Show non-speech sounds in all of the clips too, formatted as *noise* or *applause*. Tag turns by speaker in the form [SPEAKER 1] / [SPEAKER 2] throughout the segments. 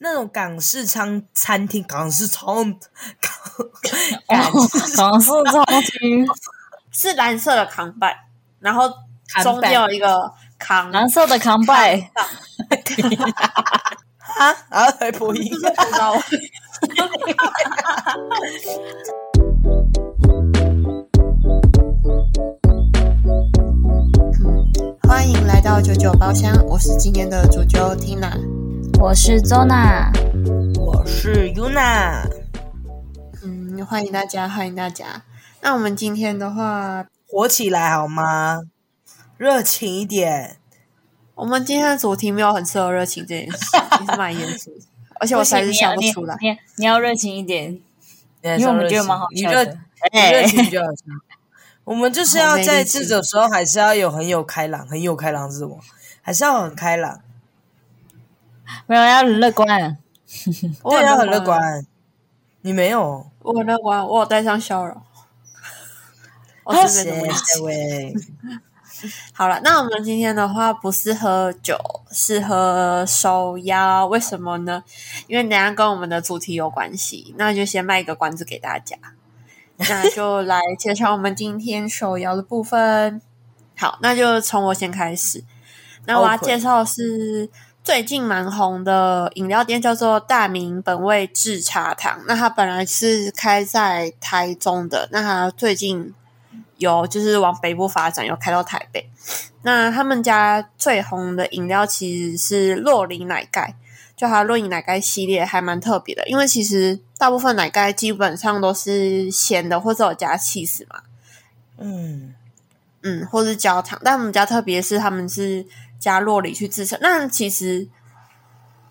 [SPEAKER 1] 那种港式餐餐厅，港式餐港港式
[SPEAKER 2] *laughs* 港式餐厅，
[SPEAKER 3] 是蓝色的扛把，然后中间有一个扛
[SPEAKER 2] 蓝色的扛拜，
[SPEAKER 1] 啊，然后还 *laughs* 播音，
[SPEAKER 3] 不
[SPEAKER 2] *laughs*
[SPEAKER 3] 知道我
[SPEAKER 4] 欢迎来到九九包厢，我是今天的主角 Tina。
[SPEAKER 2] 我是周娜，
[SPEAKER 1] 我是 Yuna，
[SPEAKER 4] 嗯，欢迎大家，欢迎大家。那我们今天的话，
[SPEAKER 1] 火起来好吗？热情一点，
[SPEAKER 4] 我们今天的主题没有很适合热情这件事，也是蛮严肃的，而且我实在是想不出来。
[SPEAKER 2] 你你要热情一点，
[SPEAKER 1] 因
[SPEAKER 2] 因为我们觉得蛮好
[SPEAKER 1] 你
[SPEAKER 2] 笑
[SPEAKER 1] 热
[SPEAKER 2] 的。
[SPEAKER 1] 你热情就好笑。我们就是
[SPEAKER 4] 好
[SPEAKER 1] 要
[SPEAKER 4] 没
[SPEAKER 1] 在
[SPEAKER 4] 力
[SPEAKER 1] 这
[SPEAKER 4] 气
[SPEAKER 1] 种时候，还是要有很有开朗，很有开朗是什么？还是要很开朗，
[SPEAKER 2] 没有要乐观，
[SPEAKER 4] 我
[SPEAKER 1] 对，要啊
[SPEAKER 4] 很
[SPEAKER 1] 很乐，
[SPEAKER 2] 啊
[SPEAKER 1] 观。你没有？
[SPEAKER 4] 我很乐观，我有带上笑
[SPEAKER 2] 啊
[SPEAKER 4] 容。我
[SPEAKER 1] 谢
[SPEAKER 4] 是
[SPEAKER 1] 谢
[SPEAKER 4] 没怎么样
[SPEAKER 1] 这位。
[SPEAKER 4] 好了，那我们今天的话不是喝酒，是喝手摇，为什么呢？因为等一下跟我们的主题有关系，那就先卖一个关子给大家。那就来介绍我们今天手摇的部分。好，那就从我先开始。那我要
[SPEAKER 1] OK
[SPEAKER 4] 介绍的是最近蛮红的饮料店，叫做大明本味制茶堂。那它本来是开在台中的，那它最近有就是往北部发展，有开到台北。那他们家最红的饮料其实是洛林奶盖，就它洛饮奶盖系列还蛮特别的，因为其实大部分奶盖基本上都是咸的，或者有加 cheese 嘛，
[SPEAKER 1] 嗯，
[SPEAKER 4] 嗯，或是焦糖。但我们家特别是他们是加洛梨去制成，那其实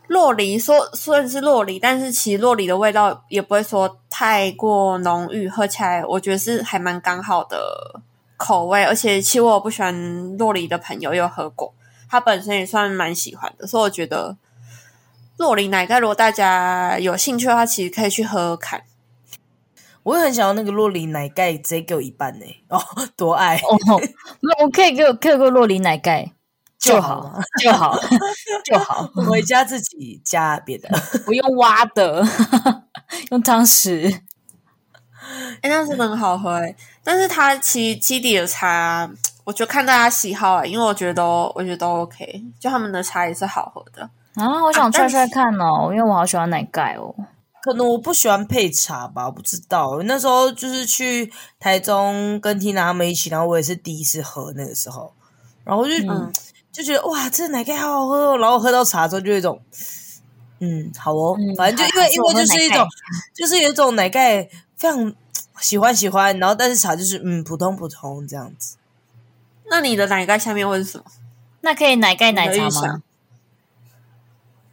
[SPEAKER 4] 洛梨说虽然是洛梨，但是其实洛梨的味道也不会说太过浓郁，喝起来我觉得是还蛮刚好的口味。而且其实我有不喜欢洛梨的朋友也有喝过，他本身也算蛮喜欢的，所以我觉得洛梨奶盖如果大家有兴趣的话，其实可以去喝喝看。
[SPEAKER 1] 我也很想要那个洛梨奶盖，直接给我一半呢、哦，多爱
[SPEAKER 2] 哦，那我可以给我给我个洛梨奶盖就好 *laughs*
[SPEAKER 1] 了，
[SPEAKER 2] 就好就好，
[SPEAKER 1] 我 *laughs* 回家自己加别的。 *laughs*
[SPEAKER 2] 不用挖的， *laughs* 用汤匙。
[SPEAKER 4] 哎、那真的很好喝哎、但是它其实基底的茶，我觉得看大家喜好哎、因为我觉得都我觉得都 OK，就他们的茶也是好喝的。
[SPEAKER 2] 啊，我
[SPEAKER 4] 啊
[SPEAKER 2] 想
[SPEAKER 4] 但
[SPEAKER 2] 踹
[SPEAKER 4] 是
[SPEAKER 2] 踹看哦，因为我好喜欢奶盖哦。
[SPEAKER 1] 可能我不喜欢配茶吧，我不知道。那时候就是去台中跟 Tina 他们一起，然后我也是第一次喝那个时候，然后就、
[SPEAKER 2] 嗯
[SPEAKER 1] 就觉得哇，这奶盖好好喝、哦。然后喝到茶之后就有一种，嗯，好哦，
[SPEAKER 2] 嗯
[SPEAKER 1] 反正就因
[SPEAKER 2] 还
[SPEAKER 1] 为
[SPEAKER 2] 还是
[SPEAKER 1] 因
[SPEAKER 2] 我
[SPEAKER 1] 为
[SPEAKER 2] 喝
[SPEAKER 1] 就是一
[SPEAKER 2] 奶盖
[SPEAKER 1] 种，就是有一种奶盖非常喜欢喜欢，然后但是茶就是嗯普通普通这样子。
[SPEAKER 4] 那你的奶盖下面会是什么？
[SPEAKER 2] 那可以奶盖奶茶
[SPEAKER 4] 你的
[SPEAKER 2] 吗
[SPEAKER 4] 预想？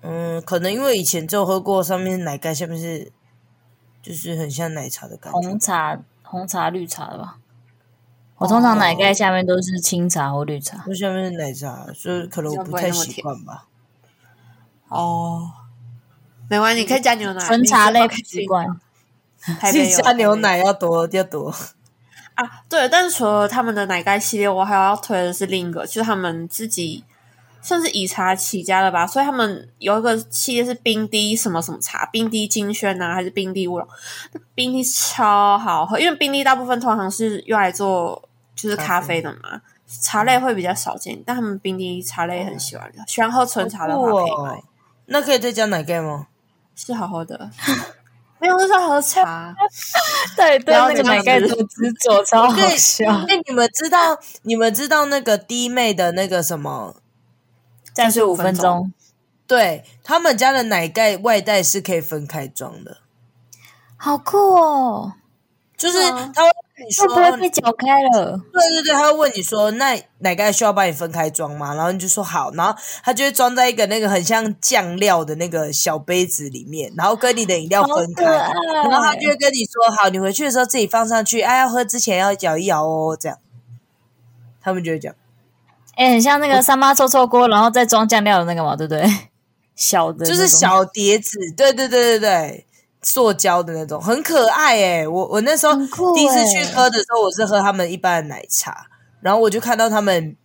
[SPEAKER 1] 嗯，可能因为以前就喝过，上面是奶盖，下面是就是很像奶茶的感觉
[SPEAKER 2] 红。茶、红茶、绿茶的吧。哦我通常奶盖下面都是清茶或绿
[SPEAKER 4] 啊
[SPEAKER 2] 茶。
[SPEAKER 1] 那下面是奶茶，所以可能我不太习惯吧。
[SPEAKER 4] 哦，没关系，你可以加牛奶，
[SPEAKER 2] 纯茶类
[SPEAKER 4] 你
[SPEAKER 2] 不
[SPEAKER 4] 可以
[SPEAKER 2] 习惯，
[SPEAKER 4] 台北有
[SPEAKER 1] 加牛奶要多要多，
[SPEAKER 4] 啊。对，但是除了他们的奶盖系列，我还要推的是另一个，就是他们自己算是以茶起家的吧，所以他们有一个系列是冰滴什么什么茶，冰滴金萱啊，还是冰滴乌龙，那冰滴超好喝，因为冰滴大部分通常是用来做就是咖啡的嘛，茶类会比较少见，但他们冰滴茶类很喜欢，喜欢喝纯茶的话可以买，
[SPEAKER 1] 哦那可以再加奶盖吗？
[SPEAKER 4] 是好喝的。 *laughs* 没有，就是要喝茶。
[SPEAKER 2] *laughs* 对对，
[SPEAKER 4] 了
[SPEAKER 2] 那
[SPEAKER 4] 解
[SPEAKER 2] 个奶盖多执着，超好
[SPEAKER 1] 对
[SPEAKER 2] 笑。
[SPEAKER 1] 那你们知道你们知道那个弟妹的那个什么？
[SPEAKER 2] 暂时五分钟，
[SPEAKER 1] 对他们家的奶盖外带是可以分开装的，
[SPEAKER 2] 好酷哦！
[SPEAKER 1] 就是
[SPEAKER 4] 是吗
[SPEAKER 1] 他会跟你
[SPEAKER 2] 会不会
[SPEAKER 1] 说
[SPEAKER 2] 被搅开了？
[SPEAKER 1] 对对对，他会问你说，那奶盖需要帮你分开装吗？然后你就说好，然后他就会装在一个那个很像酱料的那个小杯子里面，然后跟你的饮料
[SPEAKER 2] 好
[SPEAKER 1] 分开，
[SPEAKER 2] 可爱
[SPEAKER 1] 然！后他就会跟你说好，你回去的时候自己放上去，哎、要喝之前要摇一摇哦，这样。他们就会讲，
[SPEAKER 2] 哎，很像那个三妈臭臭锅，然后再装酱料的那个嘛，对不对？ *laughs* 小的那
[SPEAKER 1] 就
[SPEAKER 2] 种，
[SPEAKER 1] 是小碟子，对对对对对，塑胶的那种，很可爱哎、我我那时候
[SPEAKER 2] 很酷
[SPEAKER 1] 第一次
[SPEAKER 2] 欸
[SPEAKER 1] 去喝的时候，我是喝他们一般的奶茶，然后我就看到他们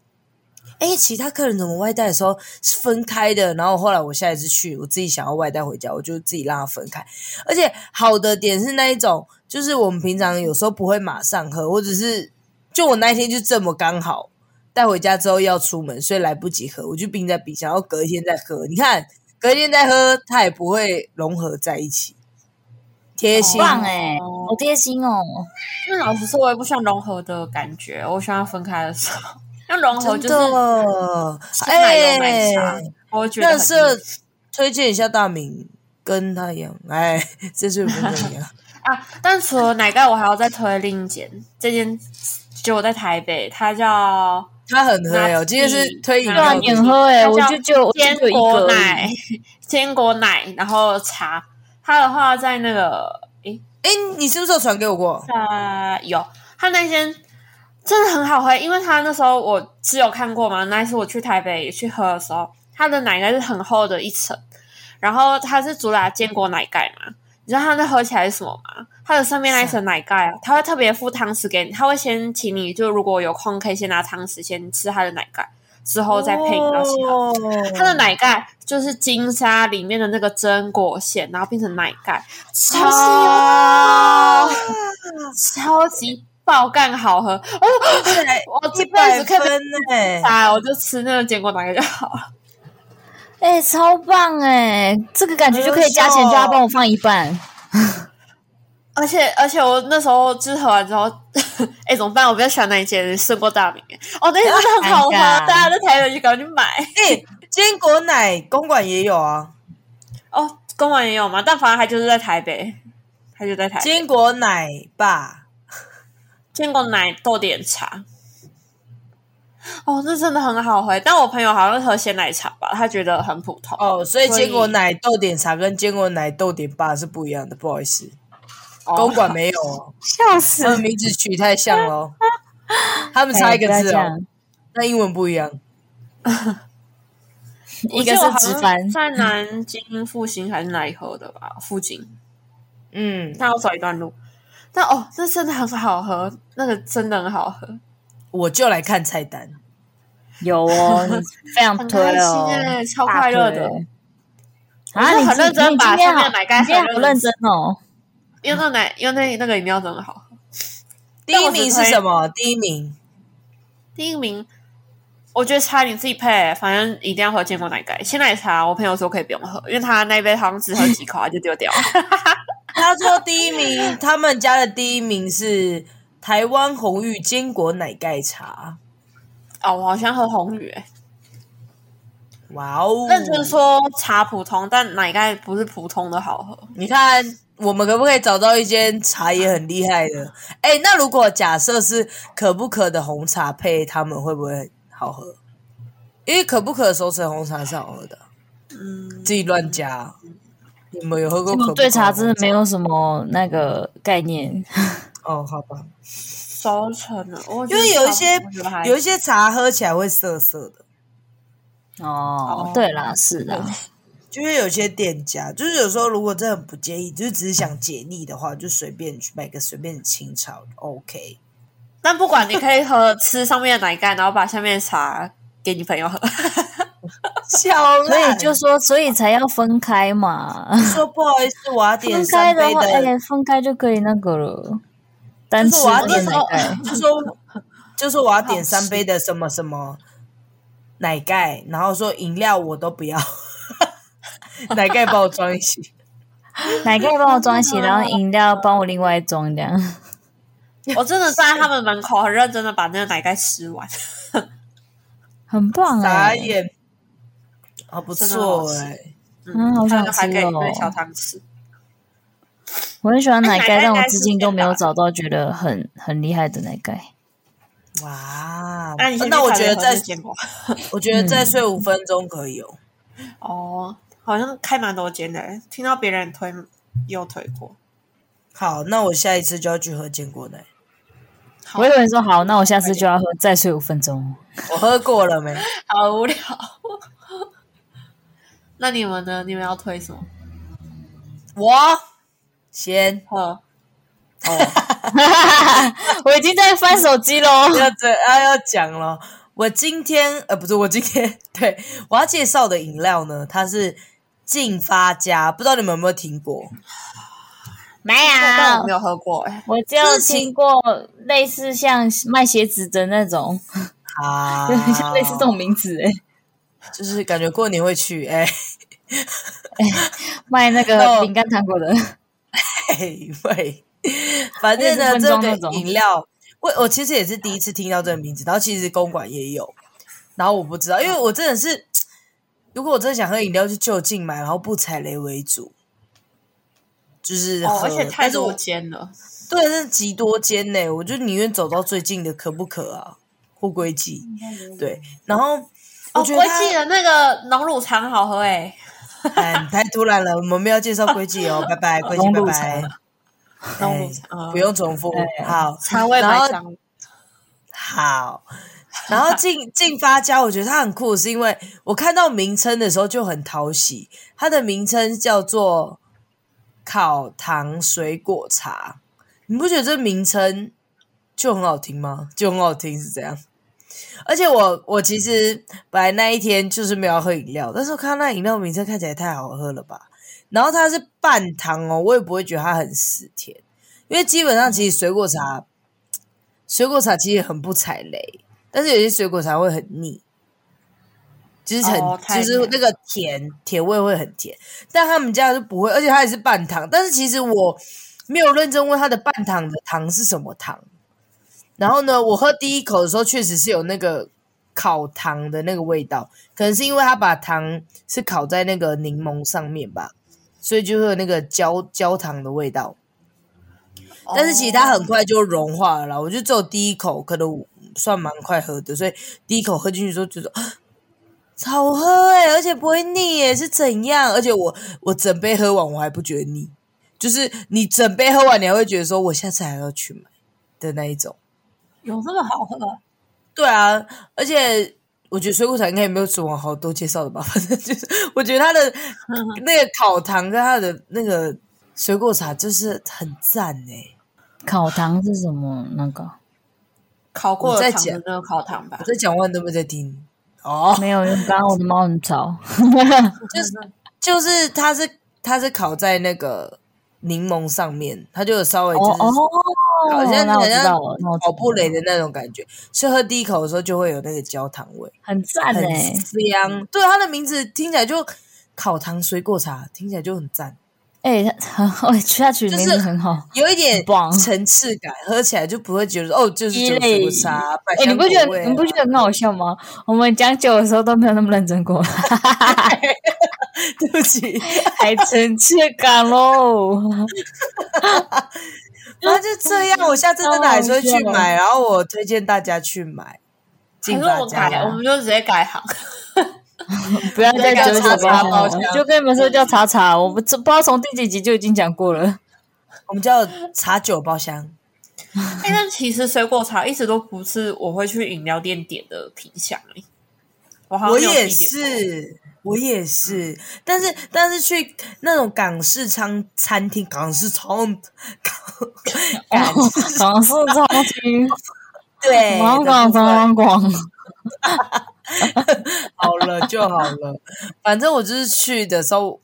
[SPEAKER 1] 哎，其他客人怎么外带的时候是分开的？然后后来我下一次去，我自己想要外带回家，我就自己让它分开。而且好的点是那一种，就是我们平常有时候不会马上喝，我只是就我那一天就这么刚好带回家之后要出门，所以来不及喝，我就冰在冰箱，然后隔一天再喝。你看，隔一天再喝，它也不会融合在一起。贴
[SPEAKER 4] 哦
[SPEAKER 1] 心，
[SPEAKER 2] 棒
[SPEAKER 4] 欸
[SPEAKER 2] 哎、好贴心哦！
[SPEAKER 4] 因为老实说，我也不喜欢融合的感觉，我喜欢分开的时候。那融合
[SPEAKER 1] 真
[SPEAKER 4] 就是
[SPEAKER 1] 的，
[SPEAKER 4] 鲜奶
[SPEAKER 1] 哎、
[SPEAKER 4] 油奶茶，我会觉得
[SPEAKER 1] 那
[SPEAKER 4] 很腻
[SPEAKER 1] 是推荐一下大明，跟他一样，哎， *laughs* 这是不一
[SPEAKER 4] *laughs*
[SPEAKER 1] 样。
[SPEAKER 4] 啊。但除了奶盖，我还要再推另一间，这间就我在台北，它叫
[SPEAKER 1] 他很喝哦，今天是推饮
[SPEAKER 2] 对啊，
[SPEAKER 1] 料
[SPEAKER 4] 拿
[SPEAKER 2] 你很喝哎、
[SPEAKER 4] 它
[SPEAKER 2] 我
[SPEAKER 4] 叫
[SPEAKER 2] 就只有我就
[SPEAKER 4] 坚
[SPEAKER 2] 只有一
[SPEAKER 4] 果
[SPEAKER 2] 个而已
[SPEAKER 4] 奶，坚果奶，然后茶。它的话在那个诶，
[SPEAKER 1] 哎、你是不是有传给我过？
[SPEAKER 4] 它呃有它那间真的很好喝，因为它那时候我只有看过嘛，那一次我去台北去喝的时候，它的奶盖是很厚的一层，然后它是主打坚果奶盖嘛。你知道它那喝起来是什么吗？它的上面那一层奶盖啊，它会特别附汤匙给你，它会先请你就如果有空可以先拿汤匙先吃它的奶盖，之后再配饮料其
[SPEAKER 1] 哦
[SPEAKER 4] 他的。它的奶盖就是金沙里面的那个榛果馅，然后变成奶盖，超啊
[SPEAKER 1] 哦
[SPEAKER 4] *laughs* 超级爆干好喝。哦，我
[SPEAKER 1] 一
[SPEAKER 4] 这辈
[SPEAKER 1] 百
[SPEAKER 4] 子看
[SPEAKER 1] 分欸呢、
[SPEAKER 4] 啥，啊我就吃那个坚果奶盖就好了。
[SPEAKER 2] 哎、超棒哎、这个感觉就可以加钱
[SPEAKER 1] 哦
[SPEAKER 2] 叫他帮我放一
[SPEAKER 1] *laughs*
[SPEAKER 2] 半。
[SPEAKER 4] 而且而且我那时候就是喝完之后， *laughs* 哎、怎么办？我比较喜欢那一间胜过大明耶。哦，那间真的很好喝，
[SPEAKER 2] 哎呀
[SPEAKER 4] 大家在台北就赶快去买。
[SPEAKER 1] *laughs* 哎、坚果奶公馆也有啊，
[SPEAKER 4] 哦，公馆也有嘛，但反正他就是在台北，他就在台北。
[SPEAKER 1] 坚果奶吧。
[SPEAKER 4] 坚果奶豆点茶。哦，这真的很好喝，但我朋友好像是喝鲜奶茶吧，他觉得很普通。
[SPEAKER 1] 哦，所以
[SPEAKER 4] 所以
[SPEAKER 1] 坚果奶豆点茶跟坚果奶豆点吧是不一样的，不好意思，
[SPEAKER 4] 哦
[SPEAKER 1] 公馆没有 *laughs* 哦，
[SPEAKER 2] 笑
[SPEAKER 1] 他
[SPEAKER 2] 死！
[SPEAKER 1] 们名字取太像哦喽，他们
[SPEAKER 2] 哎
[SPEAKER 1] 差一个字哦，那英文不一样。
[SPEAKER 2] 一个是直翻，
[SPEAKER 4] 在南京复兴还是哪里喝的吧？附近，
[SPEAKER 1] 嗯，
[SPEAKER 4] 那要走一段路。但哦，这真的很好喝，那个真的很好喝，
[SPEAKER 2] 嗯
[SPEAKER 1] 我就来看菜单。
[SPEAKER 2] 有哦，你非常
[SPEAKER 4] 很
[SPEAKER 2] 推
[SPEAKER 4] 开心
[SPEAKER 2] 哦，
[SPEAKER 4] 哎、超快乐的。
[SPEAKER 2] 大推。啊，
[SPEAKER 4] 我
[SPEAKER 2] 你
[SPEAKER 4] 是很认真
[SPEAKER 2] 你
[SPEAKER 4] 把
[SPEAKER 2] 今天
[SPEAKER 4] 上面
[SPEAKER 2] 好
[SPEAKER 4] 的奶盖
[SPEAKER 2] 你今天
[SPEAKER 4] 很
[SPEAKER 2] 好
[SPEAKER 4] 认
[SPEAKER 2] 认真哦。
[SPEAKER 4] 因为那奶，因为那那个饮料真的好喝。
[SPEAKER 1] 第一名是什么？第一名
[SPEAKER 4] 第一名，我觉得茶你自己配、反正一定要喝坚果奶盖。鲜奶茶，我朋友说可以不用喝，因为他那一杯好像只喝几口他就丢掉了。
[SPEAKER 2] *laughs*
[SPEAKER 1] 他说第一 *laughs* 名，他们家的第一名是台湾红玉坚果奶盖茶。
[SPEAKER 4] 哦，我好像喝红宇、欸，
[SPEAKER 1] 哇哦！
[SPEAKER 2] 嗯
[SPEAKER 4] 认真说茶普通，但奶盖不是普通的好喝。
[SPEAKER 1] 你看我们可不可以找到一间茶也很厉害的？哎、那如果假设是可不可的红茶配他们，会不会好喝？因为可不可熟成红茶是好喝的，嗯，自己乱加。你们有喝过可不可
[SPEAKER 2] 我
[SPEAKER 1] 红？
[SPEAKER 2] 对茶真的没有什么那个概念，
[SPEAKER 1] 哦，好吧，
[SPEAKER 4] 熟成的，我觉
[SPEAKER 1] 因
[SPEAKER 4] 得
[SPEAKER 1] 为有一些
[SPEAKER 4] 茶我觉
[SPEAKER 2] 哎
[SPEAKER 4] 得还
[SPEAKER 1] 有一些茶喝起来会涩涩的，
[SPEAKER 2] 哦，对啦，是啦，
[SPEAKER 1] 就是有些店家，就是有时候如果真的不介意，就是只是想解腻的话，就随便去买个随便的清茶，OK。
[SPEAKER 4] 但不管你可以喝吃上面的奶盖，然后把下面的茶给你朋友喝。 *laughs*
[SPEAKER 1] 小
[SPEAKER 2] 所
[SPEAKER 1] 赖
[SPEAKER 2] 以就说，所以才要分开嘛。
[SPEAKER 1] 说不好意思，我要点
[SPEAKER 2] 分
[SPEAKER 1] 三
[SPEAKER 2] 开
[SPEAKER 1] 杯
[SPEAKER 2] 话，哎、分开就可以那个了，单
[SPEAKER 1] 就
[SPEAKER 2] 吃
[SPEAKER 1] 是我要
[SPEAKER 2] 点
[SPEAKER 1] 点
[SPEAKER 2] 奶盖。
[SPEAKER 1] 就说就说我要点三杯的什么什么奶盖，然后说饮料我都不要， *laughs* 奶盖帮我装一起。
[SPEAKER 2] 奶盖帮我装起，然后饮料帮我另外装，这样。
[SPEAKER 4] 我真的站在他们门口，很认真的把那个奶盖吃 *laughs* 完。
[SPEAKER 2] 很棒
[SPEAKER 1] 傻
[SPEAKER 2] 哎、
[SPEAKER 1] 眼，好不
[SPEAKER 4] 真的嗯好
[SPEAKER 1] 错
[SPEAKER 4] 吃
[SPEAKER 1] 哎、
[SPEAKER 2] 嗯好想
[SPEAKER 4] 他们还给
[SPEAKER 2] 吃
[SPEAKER 4] 一
[SPEAKER 2] 哦
[SPEAKER 4] 堆小糖吃。
[SPEAKER 2] 我很喜欢奶
[SPEAKER 4] 哎
[SPEAKER 2] 盖，
[SPEAKER 4] 奶盖
[SPEAKER 2] 但我
[SPEAKER 4] 应该
[SPEAKER 2] 至
[SPEAKER 4] 是
[SPEAKER 2] 今都没有
[SPEAKER 4] 最大
[SPEAKER 2] 找到觉得很很厉害的奶盖。
[SPEAKER 1] 哇！哦
[SPEAKER 4] 那你先去
[SPEAKER 1] 那我
[SPEAKER 4] 台北
[SPEAKER 1] 觉得
[SPEAKER 4] 喝嗯
[SPEAKER 1] 再
[SPEAKER 4] 那坚果
[SPEAKER 1] 我觉得再睡五分钟可以哦。
[SPEAKER 4] *laughs* 哦，好像开蛮多间的，听到别人推有推过。
[SPEAKER 1] 好，那我下一次就要去喝坚果奶。
[SPEAKER 4] 好
[SPEAKER 2] 我有人说好，那我下次就要喝，再睡五分钟。
[SPEAKER 1] 我喝过了没？
[SPEAKER 4] 好无聊。 *laughs* 那你们呢？你们要推什么？
[SPEAKER 1] 我先
[SPEAKER 4] 喝
[SPEAKER 2] *laughs* 我已经在翻手机
[SPEAKER 1] *laughs*
[SPEAKER 2] 喽。
[SPEAKER 1] 要这啊要讲了，我今天呃不是我今天，对我要介绍的饮料呢，它是劲发佳，不知道你们有没有听过？
[SPEAKER 2] 没
[SPEAKER 4] 但我没
[SPEAKER 2] 有，
[SPEAKER 4] 有喝过哎、
[SPEAKER 2] 我只有听过类似像卖鞋子的那种，
[SPEAKER 1] 啊
[SPEAKER 2] 有点 *laughs* 像类似这种名字哎，
[SPEAKER 1] 就是感觉过年会去哎、
[SPEAKER 2] 卖那
[SPEAKER 1] 哦
[SPEAKER 2] 个饼干糖果的。
[SPEAKER 1] 嘿喂，反正呢，
[SPEAKER 2] 分装
[SPEAKER 1] 这
[SPEAKER 2] 那
[SPEAKER 1] 个
[SPEAKER 2] 种
[SPEAKER 1] 饮料，我我其实也是第一次听到这个名字，然后其实公馆也有，然后我不知道，因为我真的是，如果我真的想喝饮料，就就近买，然后不踩雷为主，就是
[SPEAKER 4] *laughs*
[SPEAKER 1] 喝，
[SPEAKER 4] 哦，而且太
[SPEAKER 1] 但是
[SPEAKER 4] 多
[SPEAKER 1] 我
[SPEAKER 4] 间了，
[SPEAKER 1] 对，是极多间呢，我就宁愿走到最近的可不可啊，或归记，对，然后我
[SPEAKER 4] 哦，
[SPEAKER 1] 觉得
[SPEAKER 4] 国
[SPEAKER 1] 它
[SPEAKER 4] 际的那个浓乳茶好喝哎、
[SPEAKER 1] 哎，你太突然了，我们没有介绍规矩 *laughs* 哦，拜拜，规矩
[SPEAKER 2] 浓
[SPEAKER 1] 拜
[SPEAKER 2] 度
[SPEAKER 1] 拜，
[SPEAKER 4] 浓
[SPEAKER 1] 哎
[SPEAKER 4] 乳茶、嗯
[SPEAKER 1] 不用重复，好，
[SPEAKER 4] 茶味
[SPEAKER 1] 然后
[SPEAKER 4] 蛮香，
[SPEAKER 1] 好，然后进进发家，我觉得它很酷，是因为我看到名称的时候就很讨喜。它的名称叫做烤糖水果茶，你不觉得这名称就很好听吗？就很好听是这样。而且我我其实本来那一天就是没有要喝饮料，但是我看到那饮料名称看起来太好喝了吧，然后它是半糖哦，我也不会觉得它很死甜，因为基本上其实水果茶水果茶其实很不踩雷，但是有些水果茶会很腻，就是很、
[SPEAKER 4] 哦太
[SPEAKER 1] 就
[SPEAKER 4] 腻
[SPEAKER 1] 是那个甜甜味会很甜，但他们家就不会，而且它也是半糖，但是其实我没有认真问它的半糖的糖是什么糖。然后呢，我喝第一口的时候确实是有那个烤糖的那个味道，可能是因为它把糖是烤在那个柠檬上面吧，所以就会有那个焦焦糖的味道。
[SPEAKER 4] 哦
[SPEAKER 1] 但是其实它很快就融化了啦，我就只有第一口可能算蛮快喝的，所以第一口喝进去之后觉得。啊 *gasps* 好喝哎、而且不会腻耶、是怎样？而且我我整杯喝完我还不觉得腻，就是你整杯喝完你还会觉得说我下次还要去买的那一种。
[SPEAKER 4] 有这么好喝？
[SPEAKER 1] 对啊，而且我觉得水果茶应该也没有主网好多介绍的吧， *laughs* 反正就是我觉得它
[SPEAKER 2] *laughs*
[SPEAKER 1] 的那个烤糖跟它的那个水果茶就是很赞哎、
[SPEAKER 2] 烤糖是什么？那个
[SPEAKER 4] 烤过
[SPEAKER 1] 我在
[SPEAKER 4] 的糖
[SPEAKER 1] 讲
[SPEAKER 4] 的那个烤糖吧
[SPEAKER 1] 我，在讲完都没有在听哦，
[SPEAKER 2] 没有，因为刚刚我的猫很吵。
[SPEAKER 1] 就是它是它是烤在那个柠檬上面，它就有稍微就
[SPEAKER 2] 哦
[SPEAKER 1] 是
[SPEAKER 2] 哦，
[SPEAKER 1] 好像
[SPEAKER 2] 那我
[SPEAKER 1] 好
[SPEAKER 2] 知
[SPEAKER 1] 像
[SPEAKER 2] 道了，那我知
[SPEAKER 1] 跑
[SPEAKER 2] 道
[SPEAKER 1] 步
[SPEAKER 2] 了
[SPEAKER 1] 雷的那种感觉，所以喝第一口的时候就会有那个焦糖味。
[SPEAKER 2] 很赞
[SPEAKER 1] 很
[SPEAKER 2] 哎，
[SPEAKER 1] 香。对，它的名字听起来就烤糖水果茶，听起来就很赞，
[SPEAKER 2] 哎， *laughs* 它我觉得它取的名字很好。
[SPEAKER 1] 有一点
[SPEAKER 2] 很棒
[SPEAKER 1] 层次感，喝起来就不会觉得哦，就是
[SPEAKER 2] 鸡
[SPEAKER 1] 只有
[SPEAKER 2] 肋
[SPEAKER 1] 水果茶。百
[SPEAKER 2] 哎、
[SPEAKER 1] 香
[SPEAKER 2] 你不觉
[SPEAKER 1] 果味
[SPEAKER 2] 得
[SPEAKER 1] 啊
[SPEAKER 2] 你不觉得很好笑吗？我们讲酒的时候都没有那么认真过，
[SPEAKER 1] 对不 *laughs* 起，
[SPEAKER 2] 还臣妾感喽。
[SPEAKER 1] 然后就这样，我下次真的还是会去买，然后我推荐大家去买。
[SPEAKER 4] 可
[SPEAKER 1] 进
[SPEAKER 4] 是
[SPEAKER 1] 大
[SPEAKER 4] 我
[SPEAKER 1] 家
[SPEAKER 4] 改，我们就直接改行，
[SPEAKER 2] 不要再九九
[SPEAKER 1] 茶
[SPEAKER 2] 八
[SPEAKER 1] 包
[SPEAKER 2] 包
[SPEAKER 1] 厢
[SPEAKER 2] 就跟你们说叫茶茶，我不知不知道从第几集就已经讲过了。
[SPEAKER 1] 我们叫茶酒包厢，
[SPEAKER 4] 哎、但其实水果茶一直都不是我会去饮料店点的品相、欸、我好像
[SPEAKER 1] 我
[SPEAKER 4] 没有
[SPEAKER 1] 也
[SPEAKER 4] 自己点
[SPEAKER 1] 是。我也是，但是但是去那种港式餐餐厅，港式餐港港
[SPEAKER 2] 哦，港式超
[SPEAKER 1] *laughs*
[SPEAKER 2] 厅，
[SPEAKER 1] 对，
[SPEAKER 2] 王广
[SPEAKER 1] 的部分
[SPEAKER 2] 王广，
[SPEAKER 1] 好了就好了，反正我就是去的时候，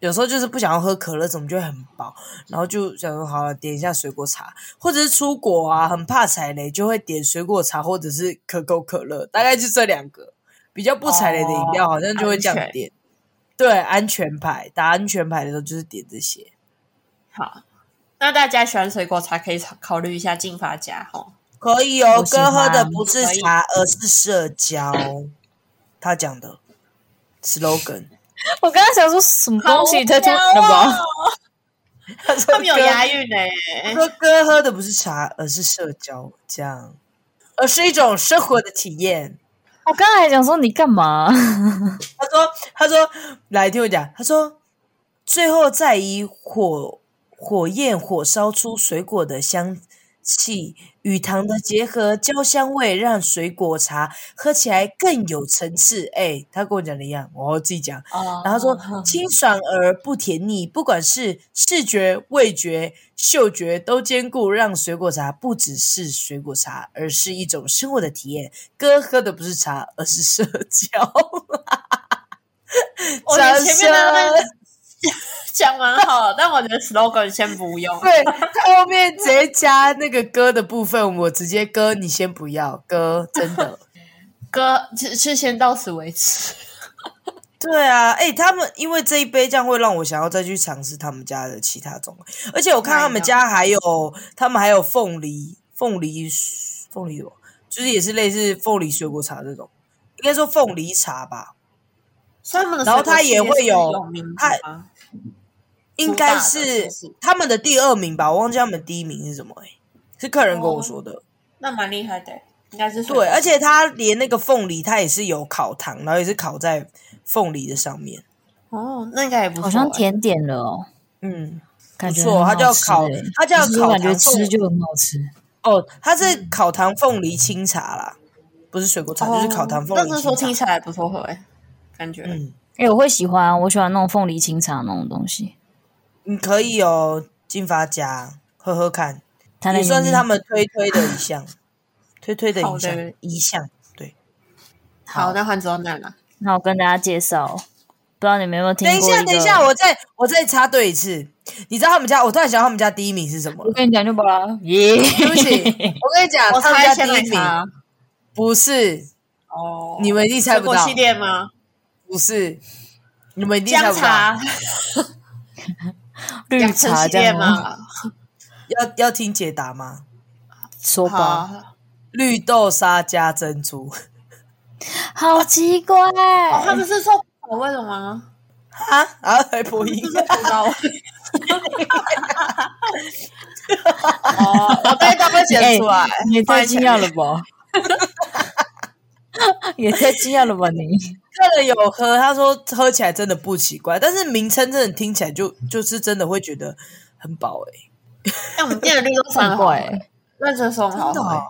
[SPEAKER 1] 有时候就是不想要喝可乐，怎么就会很饱，然后就想说好了，点一下水果茶，或者是出国啊，很怕踩雷，就会点水果茶或者是可口可乐，大概就这两个比较不踩雷的饮料，好像就会这样
[SPEAKER 4] 安全
[SPEAKER 1] 点。对，安全牌打安全牌的时候就是点这些。
[SPEAKER 4] 过好。那大家喜欢水果茶，可以考考虑一下进发家哈。
[SPEAKER 1] 可以哦
[SPEAKER 2] 我，喜
[SPEAKER 1] 哥喝
[SPEAKER 2] 欢
[SPEAKER 1] 的不是
[SPEAKER 4] 可以
[SPEAKER 1] 茶，而是社交。他讲 *laughs* 的 *laughs* slogan，
[SPEAKER 2] 我刚刚想说什么东西太突然了
[SPEAKER 1] 啊
[SPEAKER 2] 吧？
[SPEAKER 1] 他说
[SPEAKER 4] 哦他们有
[SPEAKER 1] 哥
[SPEAKER 4] 押韵呢、欸 *laughs*
[SPEAKER 1] 喝歌喝的不是茶，而是社交，这样，而是一种生活的体验。
[SPEAKER 2] 我刚才还想说你干嘛？
[SPEAKER 1] 他说，他说，来听我讲，他说，最后再以火火焰火烧出水果的香气与糖的结合，焦香味让水果茶喝起来更有层次。哎，他跟我讲的一样，我自己讲。
[SPEAKER 2] 哦
[SPEAKER 1] 然后说清爽而不甜腻，不管是视觉、味觉、嗅觉都兼顾，让水果茶不只是水果茶，而是一种生活的体验。哥喝的不是茶，而是社
[SPEAKER 4] *laughs*
[SPEAKER 1] 交。
[SPEAKER 4] 我觉哦得前面的那个讲蛮好的，但我觉得 slogan 先不用。
[SPEAKER 1] 对，他后面直接加那个歌的部分，我直接歌你先不要歌，真的。
[SPEAKER 4] 哥，是是先到此为止。
[SPEAKER 1] 对啊，哎、他们因为这一杯这样会让我想要再去尝试他们家的其他种类，而且我看他
[SPEAKER 4] 啊
[SPEAKER 1] 们家还有，他们还有凤梨、凤梨、凤梨什么，就是也是类似凤梨水果茶这种，应该说凤梨茶吧，
[SPEAKER 4] 所以他们的
[SPEAKER 1] 然后它也会有
[SPEAKER 4] 有名字吗
[SPEAKER 1] 应该
[SPEAKER 4] 主打
[SPEAKER 1] 是
[SPEAKER 4] 的是不是
[SPEAKER 1] 他们的第二名吧，我忘记他们第一名是什么、哎，是客人跟我说
[SPEAKER 4] 哦
[SPEAKER 1] 的。
[SPEAKER 4] 那蛮厉害的，应该是
[SPEAKER 1] 对，而且它连那个凤梨，它也是有烤糖，然后也是烤在凤梨的上面。
[SPEAKER 4] 哦，那应该也不错
[SPEAKER 2] 好像甜点了哦，
[SPEAKER 1] 嗯，
[SPEAKER 2] 感觉
[SPEAKER 1] 不错
[SPEAKER 2] 很好
[SPEAKER 1] 它叫
[SPEAKER 2] 吃
[SPEAKER 1] 烤
[SPEAKER 2] 欸
[SPEAKER 1] 它叫
[SPEAKER 2] 可是
[SPEAKER 1] 烤
[SPEAKER 2] 我感觉
[SPEAKER 1] 糖凤
[SPEAKER 2] 吃就很好吃。
[SPEAKER 1] 哦，它
[SPEAKER 4] 嗯
[SPEAKER 1] 是烤糖凤梨清茶啦，不是水果茶，
[SPEAKER 4] 哦
[SPEAKER 1] 就是烤糖凤
[SPEAKER 4] 但
[SPEAKER 1] 梨
[SPEAKER 4] 是
[SPEAKER 1] 清
[SPEAKER 4] 说
[SPEAKER 1] 茶
[SPEAKER 4] 听。起来不错喝哎，感觉
[SPEAKER 1] 嗯，
[SPEAKER 2] 哎、我会喜欢啊，我喜欢那种凤梨清茶那种东西。
[SPEAKER 1] 你可以哦，金发家喝喝看，
[SPEAKER 2] 它
[SPEAKER 1] 也
[SPEAKER 2] 那
[SPEAKER 1] 算
[SPEAKER 2] 个
[SPEAKER 1] 是他们推推的一
[SPEAKER 4] *laughs*
[SPEAKER 1] 项，推推的
[SPEAKER 4] 好
[SPEAKER 1] 一
[SPEAKER 4] 的
[SPEAKER 1] 项一项。对，
[SPEAKER 4] 好。那换周娜了，
[SPEAKER 2] 那我跟大家介绍，不知道你们有没有听
[SPEAKER 1] 等
[SPEAKER 2] 过
[SPEAKER 1] 一下，
[SPEAKER 2] 个
[SPEAKER 1] 等一下，我再我再插队一次。你知道他们家，我突然想到他们家第一名是什么
[SPEAKER 2] 我
[SPEAKER 4] *laughs*
[SPEAKER 1] 了？
[SPEAKER 2] 跟你讲就不啦，耶！
[SPEAKER 1] 对不起，我跟你讲，
[SPEAKER 4] 我
[SPEAKER 1] 他们家
[SPEAKER 4] 猜
[SPEAKER 1] 第
[SPEAKER 4] 鲜奶
[SPEAKER 1] 一名
[SPEAKER 4] 茶
[SPEAKER 1] 不是，
[SPEAKER 4] 哦，
[SPEAKER 1] 你们一定猜
[SPEAKER 4] 水
[SPEAKER 1] 不
[SPEAKER 4] 果
[SPEAKER 1] 到
[SPEAKER 4] 系，列吗？
[SPEAKER 1] 不是，你们一定猜
[SPEAKER 4] 姜
[SPEAKER 1] 不到。
[SPEAKER 4] 茶、
[SPEAKER 2] *laughs* 绿
[SPEAKER 4] 养成
[SPEAKER 2] 茶
[SPEAKER 4] 系
[SPEAKER 2] 这
[SPEAKER 4] 列
[SPEAKER 2] 样吗？
[SPEAKER 4] 吗？
[SPEAKER 1] 要要听解答吗？
[SPEAKER 2] 说吧，
[SPEAKER 4] 好，
[SPEAKER 1] 绿豆沙加珍珠
[SPEAKER 2] 好奇怪，
[SPEAKER 4] 哦他们是说口味的吗？
[SPEAKER 1] 啊，然后还播音
[SPEAKER 4] 不，是葡萄味。哦，我对都会
[SPEAKER 2] 哎
[SPEAKER 4] 写出来，
[SPEAKER 2] 也太惊讶了
[SPEAKER 4] *laughs*
[SPEAKER 2] 吧！也太惊讶了吧你！
[SPEAKER 1] 客人有喝，他说喝起来真的不奇怪，但是名称真的听起来就就是真的会觉得很饱哎、
[SPEAKER 4] 但我们店的绿豆
[SPEAKER 2] 很
[SPEAKER 1] *laughs*
[SPEAKER 4] 很
[SPEAKER 2] 怪
[SPEAKER 4] 好，
[SPEAKER 2] 欸，
[SPEAKER 4] 认真说很好
[SPEAKER 1] 真的
[SPEAKER 4] 喝
[SPEAKER 1] 哦。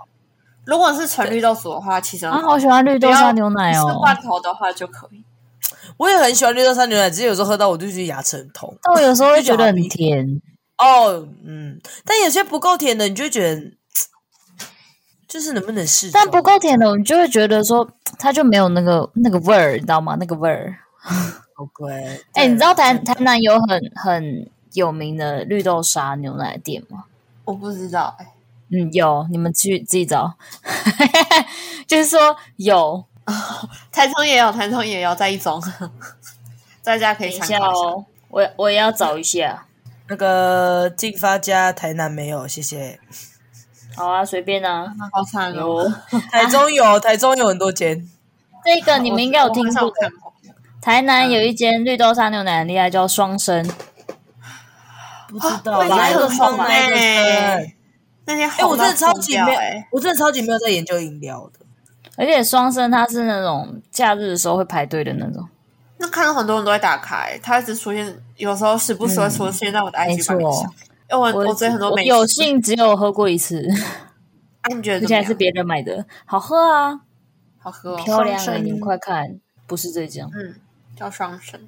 [SPEAKER 4] 如果是纯绿豆薯的话，其实很
[SPEAKER 2] 啊，
[SPEAKER 4] 好
[SPEAKER 2] 好喜欢绿豆沙牛奶
[SPEAKER 4] 是
[SPEAKER 2] 哦！
[SPEAKER 4] 罐头的话就可以。
[SPEAKER 1] 我也很喜欢绿豆沙牛奶，只是有时候喝到我就觉得牙齿很痛
[SPEAKER 2] 但我有时候会觉得很甜，
[SPEAKER 1] 哦，嗯，但有些不够甜的，你就会觉得嘖就是能不能适中，
[SPEAKER 2] 但不够甜的，你就会觉得说它就没有那个那个味儿，你知道吗？那个味儿。
[SPEAKER 1] 好贵
[SPEAKER 2] 哎、你知道
[SPEAKER 1] 嗯
[SPEAKER 2] 台台南有很很有名的绿豆沙牛奶店吗？
[SPEAKER 4] 我不知道哎，
[SPEAKER 2] 嗯，有，你们去自己找。 *laughs* 就是说有，
[SPEAKER 4] 台中也有，台中也有，在一 *laughs* 中，大家可以
[SPEAKER 2] 等一
[SPEAKER 4] 参
[SPEAKER 2] 下
[SPEAKER 4] 考一下。
[SPEAKER 2] 哦，我我也要找一下。
[SPEAKER 1] 那个进发家台南没有，谢谢。
[SPEAKER 2] 好啊，随便啊。
[SPEAKER 4] 好惨哦！
[SPEAKER 2] 有
[SPEAKER 1] 台中有，台中有很多间。
[SPEAKER 2] 这个你们应该有听
[SPEAKER 4] 我好像
[SPEAKER 2] 过
[SPEAKER 4] 有，看过，
[SPEAKER 2] 台南有一间绿豆沙牛奶很厉害，叫双生。
[SPEAKER 1] 不知
[SPEAKER 2] 啊
[SPEAKER 4] 道我已经
[SPEAKER 1] 哪一个
[SPEAKER 4] 很
[SPEAKER 1] 双
[SPEAKER 4] 红
[SPEAKER 1] 哪一个
[SPEAKER 4] 欸
[SPEAKER 1] 生
[SPEAKER 4] 那
[SPEAKER 1] 哎、
[SPEAKER 4] 天好
[SPEAKER 1] 我真的超级没有
[SPEAKER 4] 哎，，
[SPEAKER 1] 我真的超级没有在研究饮料的。
[SPEAKER 2] 而且双生它是那种假日的时候会排队的那种，
[SPEAKER 4] 那看到很多人都会打开，它一直出现，有时候时不时会出现在我的
[SPEAKER 2] 嗯没
[SPEAKER 4] IG
[SPEAKER 2] 错
[SPEAKER 4] 版。面上。因为我我哦追很多
[SPEAKER 2] 我
[SPEAKER 4] 美
[SPEAKER 2] 有
[SPEAKER 4] 食，
[SPEAKER 2] 幸只有喝过一次，
[SPEAKER 4] 啊你觉得
[SPEAKER 2] 而且
[SPEAKER 4] 怎么
[SPEAKER 2] 还
[SPEAKER 4] 样
[SPEAKER 2] 是别人买的，好喝啊，
[SPEAKER 4] 好喝哦，
[SPEAKER 2] 漂亮啊！
[SPEAKER 1] 双生
[SPEAKER 2] 你们快看，不是这间，
[SPEAKER 4] 嗯，叫双神，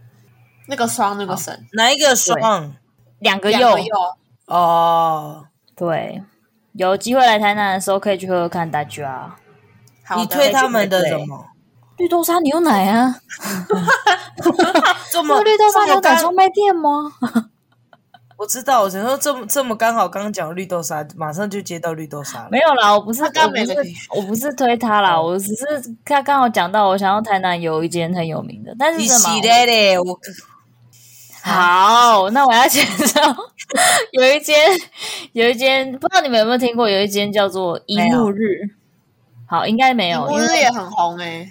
[SPEAKER 4] 那个双那个神，
[SPEAKER 1] 哪一个双？
[SPEAKER 2] 两个
[SPEAKER 4] 两
[SPEAKER 2] 柚
[SPEAKER 4] 个，柚，
[SPEAKER 1] 哦，
[SPEAKER 2] 对，有机会来台南的时候可以去喝喝看，大家
[SPEAKER 4] 好
[SPEAKER 1] 你
[SPEAKER 4] 的
[SPEAKER 1] 推他们的
[SPEAKER 2] 对
[SPEAKER 1] 什
[SPEAKER 2] 对
[SPEAKER 1] 么？
[SPEAKER 2] 绿豆沙牛奶啊，
[SPEAKER 1] 这
[SPEAKER 2] 那
[SPEAKER 1] 么
[SPEAKER 2] 个绿豆沙
[SPEAKER 1] 这
[SPEAKER 2] 牛
[SPEAKER 1] 么
[SPEAKER 2] 奶
[SPEAKER 1] 刚，
[SPEAKER 2] 专卖店吗？
[SPEAKER 1] 我知道，我想说这么这么刚好，刚刚讲绿豆沙，马上就接到绿豆沙了。
[SPEAKER 2] 没有啦，我不是，我
[SPEAKER 4] 他刚
[SPEAKER 2] 不
[SPEAKER 4] 没
[SPEAKER 2] 是
[SPEAKER 4] 跟你，
[SPEAKER 2] 我不是推他
[SPEAKER 1] 哦
[SPEAKER 2] 啦，我只是他刚好讲到，我想要台南有一间很有名的，但是
[SPEAKER 1] 你
[SPEAKER 2] 什
[SPEAKER 1] 洗
[SPEAKER 2] 么？
[SPEAKER 1] 嘞嘞，我
[SPEAKER 2] 好，那我要介绍 *laughs* 有一间，有一间，不知道你们有没有听过，有一间叫做一幕日。好，应该没有，
[SPEAKER 4] 不
[SPEAKER 2] 因
[SPEAKER 4] 是
[SPEAKER 2] 为
[SPEAKER 4] 也很红哎，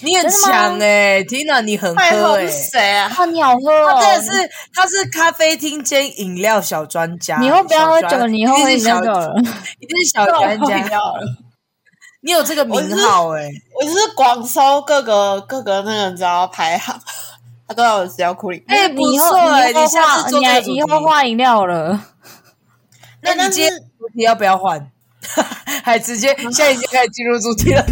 [SPEAKER 1] 你很
[SPEAKER 2] 真的吗
[SPEAKER 1] 强哎、欸，缇娜你很
[SPEAKER 4] 太
[SPEAKER 1] 喝哎、
[SPEAKER 4] 红谁啊？
[SPEAKER 2] 啊，你好喝哦
[SPEAKER 1] 他，真的是，他是咖啡厅兼饮料小专家。
[SPEAKER 2] 你以后不要喝
[SPEAKER 1] 小专
[SPEAKER 2] 酒，你以后
[SPEAKER 1] 一
[SPEAKER 2] 喝
[SPEAKER 1] 定
[SPEAKER 2] 饮
[SPEAKER 1] 是
[SPEAKER 2] 料
[SPEAKER 1] 小
[SPEAKER 2] 就好了。
[SPEAKER 1] 一定是小专
[SPEAKER 2] *laughs*
[SPEAKER 1] 家。你有这个名号哎、
[SPEAKER 4] 我就是广收各个各个那个你知道排行，他都在我的资料库里面。
[SPEAKER 1] 哎
[SPEAKER 2] 你
[SPEAKER 1] 不
[SPEAKER 2] 以
[SPEAKER 1] 错
[SPEAKER 2] 后
[SPEAKER 1] 哎
[SPEAKER 2] 你以后
[SPEAKER 1] 你下次
[SPEAKER 2] 画
[SPEAKER 1] 做
[SPEAKER 2] 你
[SPEAKER 1] 这个
[SPEAKER 2] 还
[SPEAKER 1] 主
[SPEAKER 2] 以后
[SPEAKER 1] 题
[SPEAKER 2] 画饮料了，
[SPEAKER 1] 那
[SPEAKER 4] 哎但
[SPEAKER 1] 你今天
[SPEAKER 4] 是
[SPEAKER 1] 主题要不要换？ *laughs* 还直接现在已经开始进入主题了。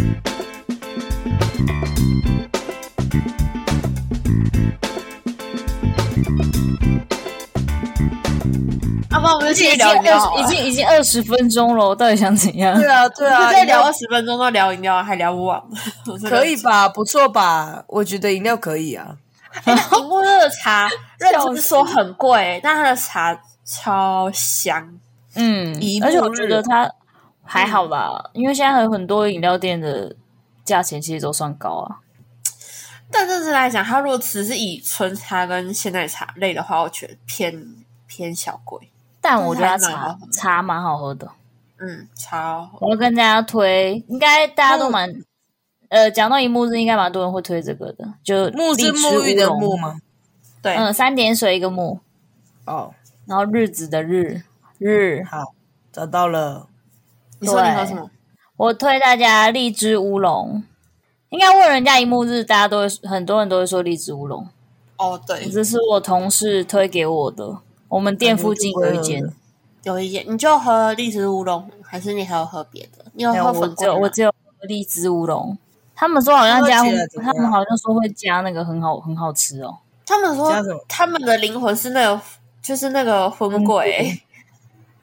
[SPEAKER 4] 要不然我们就继续
[SPEAKER 2] 已经
[SPEAKER 4] 聊饮料好
[SPEAKER 2] 二已
[SPEAKER 4] 了。
[SPEAKER 2] 经已经二十分钟了，我到底想怎样？
[SPEAKER 1] 对啊，对啊，
[SPEAKER 4] 就再
[SPEAKER 1] 饮料
[SPEAKER 4] 聊二十分钟都聊饮料，还聊不完。我真的
[SPEAKER 1] 可以吧？不错吧？我觉得饮料可以啊。
[SPEAKER 4] 荧幕热茶， *laughs* 认
[SPEAKER 2] 笑
[SPEAKER 4] 真说很贵、但它的茶超香。
[SPEAKER 2] 嗯
[SPEAKER 1] 一，
[SPEAKER 2] 而且
[SPEAKER 1] 目
[SPEAKER 2] 我觉
[SPEAKER 1] 日嗯
[SPEAKER 2] 得它还好吧，因为现在还有很多饮料店的价钱其实都算高啊。
[SPEAKER 4] 但认真来讲，它如果只是以纯茶跟鲜奶茶类的话，我觉得偏偏小贵。
[SPEAKER 2] 但我觉得它
[SPEAKER 4] 但是还
[SPEAKER 2] 茶
[SPEAKER 4] 蛮好喝的
[SPEAKER 2] 茶蛮好喝的，
[SPEAKER 4] 嗯，超
[SPEAKER 2] 我要跟大家推，应该大家都
[SPEAKER 1] 嗯
[SPEAKER 2] 蛮、呃，讲到一木日，应该蛮多人会推这个的，就
[SPEAKER 1] 木
[SPEAKER 2] 荔
[SPEAKER 1] 是
[SPEAKER 2] 枝
[SPEAKER 1] 沐浴的
[SPEAKER 2] 乌龙
[SPEAKER 1] 沐？吗？
[SPEAKER 4] 对、
[SPEAKER 2] 嗯，三点水一个木，
[SPEAKER 1] 哦，
[SPEAKER 2] 然后日子的日日，
[SPEAKER 1] 好，找到了。
[SPEAKER 4] 你说你
[SPEAKER 2] 对
[SPEAKER 4] 喝什么？
[SPEAKER 2] 我推大家荔枝乌龙。应该问人家一木日，大家都会很多人都会说荔枝乌龙，
[SPEAKER 4] 哦，对，
[SPEAKER 2] 这是我同事推给我的。我们店附近有一间，
[SPEAKER 4] 有一件，你就喝荔枝乌龙，还是你还有喝别的？你有
[SPEAKER 2] 没有
[SPEAKER 4] 喝
[SPEAKER 2] 我
[SPEAKER 4] 粉
[SPEAKER 2] 只
[SPEAKER 4] 果
[SPEAKER 2] 有我
[SPEAKER 4] 吗？
[SPEAKER 2] 只有荔枝乌龙。他们说好像加
[SPEAKER 1] 喝起来，怎么
[SPEAKER 2] 他
[SPEAKER 1] 样
[SPEAKER 2] 们好像说会加那个很好很好吃哦。
[SPEAKER 4] 他们说
[SPEAKER 1] 加什么
[SPEAKER 4] 他们的灵魂是那个，就是那个魂鬼、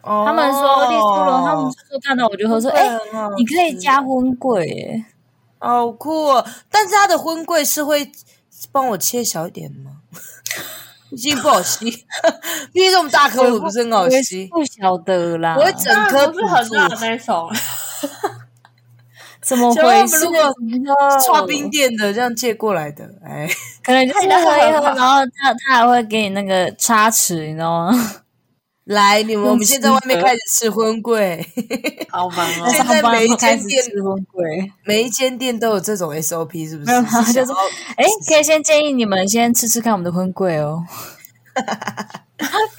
[SPEAKER 1] 哦
[SPEAKER 2] 他们说荔枝乌龙，他们说看到我就喝说，哎、
[SPEAKER 1] 很好
[SPEAKER 2] 你可以加荤桂耶。
[SPEAKER 1] 啊好酷哦！但是它的荤桂是会帮我切小一点吗？ *laughs* 毕竟不好吸，毕竟这么大颗我也不是很好
[SPEAKER 2] 我也
[SPEAKER 1] 吸，
[SPEAKER 2] 不晓得啦，
[SPEAKER 1] 我会整颗
[SPEAKER 4] 不
[SPEAKER 1] 吐
[SPEAKER 4] 是很辣的
[SPEAKER 1] 出。
[SPEAKER 4] 那种。
[SPEAKER 2] 怎么
[SPEAKER 1] 小朋友
[SPEAKER 2] 回事？
[SPEAKER 1] 如果串冰店的这样借过来的，哎，
[SPEAKER 2] 可能就是喝一喝，然后他他还会给你那个叉匙，你知道吗？
[SPEAKER 1] 来，你们我们现在外面
[SPEAKER 2] 吃的
[SPEAKER 1] 开始吃荤桂，
[SPEAKER 4] 好忙
[SPEAKER 2] *laughs*
[SPEAKER 4] 哦！
[SPEAKER 1] 现在每一间
[SPEAKER 2] 开始
[SPEAKER 1] 店
[SPEAKER 2] 吃荤桂。
[SPEAKER 1] *laughs* 每一间店都有这种 SOP 是不
[SPEAKER 4] *laughs*
[SPEAKER 2] 没有
[SPEAKER 1] *laughs*
[SPEAKER 2] 他
[SPEAKER 1] 是？
[SPEAKER 2] 就是
[SPEAKER 1] 想要
[SPEAKER 2] 哎，可以先建议你们先吃吃看我们的荤桂 *laughs* 哦。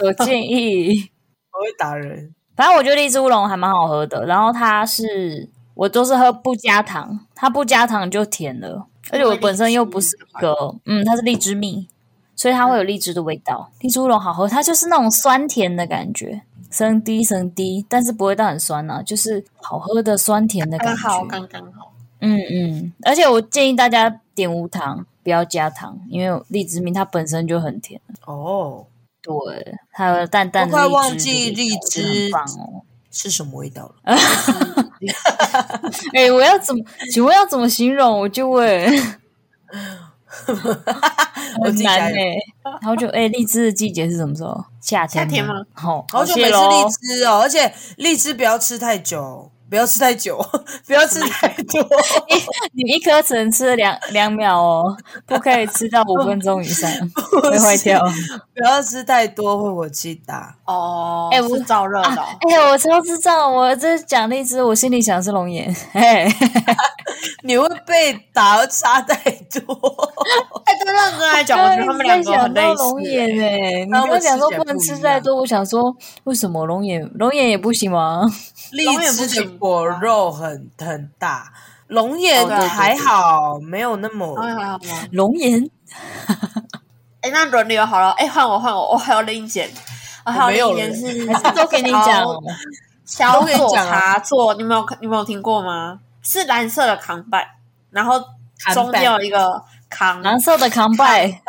[SPEAKER 2] 有建议。
[SPEAKER 1] 我会打人。
[SPEAKER 2] 反正我觉得荔枝乌龙还蛮好喝的，然后它是我都是喝不加糖，它不加糖就甜了，而且我本身又不是一个，嗯，它是荔枝嗯蜜，所以它会有荔枝的味道。荔枝乌龙好喝，它就是那种酸甜的感觉，生低生低，但是不会到很酸啊，就是好喝的酸甜的感
[SPEAKER 4] 刚
[SPEAKER 2] 觉。
[SPEAKER 4] 好刚刚好，
[SPEAKER 2] 嗯嗯，而且我建议大家点无糖，不要加糖，因为荔枝蜜它本身就很甜。
[SPEAKER 1] 哦，
[SPEAKER 2] 对，还有淡淡的
[SPEAKER 1] 我快
[SPEAKER 2] 荔枝的味道，
[SPEAKER 1] 忘记荔
[SPEAKER 2] 我觉得
[SPEAKER 1] 枝
[SPEAKER 2] 很棒哦。
[SPEAKER 1] 是什么味道了？
[SPEAKER 2] 哎、我要怎么？请问要怎么形容？我就问，
[SPEAKER 1] *laughs* 我自
[SPEAKER 2] 很
[SPEAKER 1] 己
[SPEAKER 2] 难
[SPEAKER 1] 加
[SPEAKER 2] 哎、
[SPEAKER 1] 油。
[SPEAKER 2] 好久哎，荔枝的季节是什么时候？夏天？
[SPEAKER 4] 夏天吗？
[SPEAKER 2] 好，
[SPEAKER 1] 好久
[SPEAKER 2] 谢
[SPEAKER 1] 没吃
[SPEAKER 2] 咯
[SPEAKER 1] 荔枝哦，而且荔枝不要吃太久，不要吃太久， *laughs* 不要吃太
[SPEAKER 4] *laughs*
[SPEAKER 1] 多。
[SPEAKER 2] 你一颗只能吃两两秒哦，不可以吃到五分钟以上，
[SPEAKER 1] *laughs*
[SPEAKER 2] 会坏掉。
[SPEAKER 1] 不要吃太多会火气大。
[SPEAKER 4] 哦，
[SPEAKER 2] 哎
[SPEAKER 4] 哎、
[SPEAKER 2] 我
[SPEAKER 4] 我燥热的、哦
[SPEAKER 2] 哎、我超智障！我这讲荔枝，我心里想的是龙眼。哎、
[SPEAKER 1] 你会被打杀太多，
[SPEAKER 4] *laughs* 哎，对认真来讲，我觉得他们两个很类
[SPEAKER 2] 到
[SPEAKER 4] 似、
[SPEAKER 2] 龙眼
[SPEAKER 4] 欸。
[SPEAKER 2] 哎、你
[SPEAKER 1] 那
[SPEAKER 2] 跟
[SPEAKER 1] 我
[SPEAKER 2] 我讲
[SPEAKER 1] 吃
[SPEAKER 2] 说
[SPEAKER 1] 起来
[SPEAKER 2] 不能
[SPEAKER 1] 不
[SPEAKER 2] 吃
[SPEAKER 1] 一
[SPEAKER 2] 太
[SPEAKER 1] 样
[SPEAKER 2] 多，我想说为什么龙眼龙眼也不行吗？
[SPEAKER 1] 荔
[SPEAKER 4] 龙眼不
[SPEAKER 1] 枝的
[SPEAKER 4] 行
[SPEAKER 1] 果肉很很大，龙眼
[SPEAKER 4] 哦对对
[SPEAKER 1] 还好，没有那么。
[SPEAKER 4] 哎还好吗？
[SPEAKER 2] 龙眼
[SPEAKER 4] 哎，那轮流好了。哎，换我，换我，我还有另一件，我还
[SPEAKER 1] 没有
[SPEAKER 4] 另一件是
[SPEAKER 2] 还是都给你讲哦。
[SPEAKER 4] 小
[SPEAKER 1] 都给你
[SPEAKER 4] 左
[SPEAKER 1] 讲啊
[SPEAKER 4] 茶座，你们有你们有听过吗？是蓝色的扛板，然后中间有一个扛
[SPEAKER 2] 蓝色的扛拜，
[SPEAKER 4] *laughs*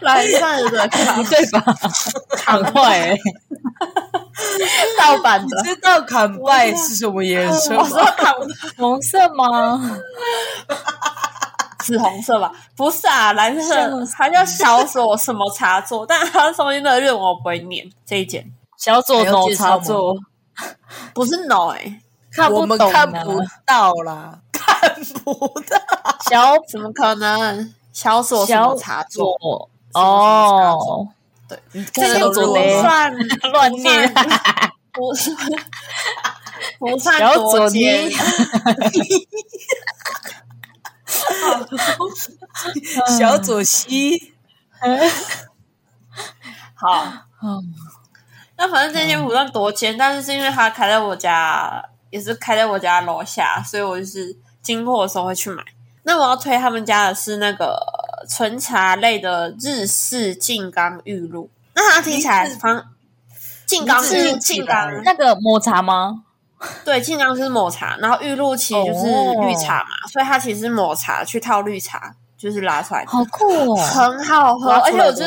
[SPEAKER 4] 蓝色
[SPEAKER 2] *laughs*
[SPEAKER 4] 的扛
[SPEAKER 2] 对吧？扛快、欸，
[SPEAKER 4] 盗版的
[SPEAKER 1] 你。知道砍拜是什么颜色
[SPEAKER 4] 我说
[SPEAKER 1] 吗？
[SPEAKER 4] 扛
[SPEAKER 2] 红色吗？
[SPEAKER 4] 紫红色吧？不是啊，蓝色
[SPEAKER 2] 像，
[SPEAKER 4] 它叫小左什么茶座，但它中间的日文我不会念这一件，
[SPEAKER 2] 小左
[SPEAKER 1] 还要
[SPEAKER 2] 脑
[SPEAKER 1] 介
[SPEAKER 2] 茶
[SPEAKER 1] 绍吗
[SPEAKER 2] 座，
[SPEAKER 4] 不是 no 哎、
[SPEAKER 2] 看
[SPEAKER 1] 我
[SPEAKER 2] 不
[SPEAKER 1] 们
[SPEAKER 2] 懂
[SPEAKER 1] 看
[SPEAKER 2] 啊。
[SPEAKER 1] 不到啦，看不到。
[SPEAKER 2] 小
[SPEAKER 4] 怎么可能？小左什
[SPEAKER 2] 小
[SPEAKER 4] 么茶座？
[SPEAKER 2] 左
[SPEAKER 4] 什么茶
[SPEAKER 2] 哦
[SPEAKER 4] 座，
[SPEAKER 1] 这
[SPEAKER 4] 这
[SPEAKER 2] 个
[SPEAKER 4] 个
[SPEAKER 1] 个
[SPEAKER 2] 左
[SPEAKER 4] 不
[SPEAKER 2] 嘞
[SPEAKER 4] 算
[SPEAKER 2] *laughs* 乱念，啊
[SPEAKER 4] 不算 *laughs* 不算
[SPEAKER 2] 小左
[SPEAKER 4] 多
[SPEAKER 2] 呢？
[SPEAKER 4] 尖， *laughs*
[SPEAKER 1] 小左西，
[SPEAKER 4] 好
[SPEAKER 2] 嗯。
[SPEAKER 4] 那反正这件不算多尖，但是是因为它开在我家，也是开在我家楼下，所以我就是经过的时候会去买。那我要推他们家的是那个纯茶类的日式静冈玉露，那它听起来
[SPEAKER 1] 日式
[SPEAKER 4] 方静冈
[SPEAKER 1] 你只是
[SPEAKER 4] 静
[SPEAKER 1] 起来
[SPEAKER 4] 冈，
[SPEAKER 2] 那个抹茶吗？
[SPEAKER 4] 对，静冈就是抹茶，然后玉露期
[SPEAKER 2] 哦
[SPEAKER 4] 就是绿茶嘛，所以它其实是抹茶去套绿茶，就是拉出来的，
[SPEAKER 2] 好酷哦！
[SPEAKER 4] 很好喝，
[SPEAKER 2] 挖
[SPEAKER 4] 而
[SPEAKER 2] 出
[SPEAKER 4] 且
[SPEAKER 2] 来
[SPEAKER 4] 我
[SPEAKER 2] 的
[SPEAKER 4] 就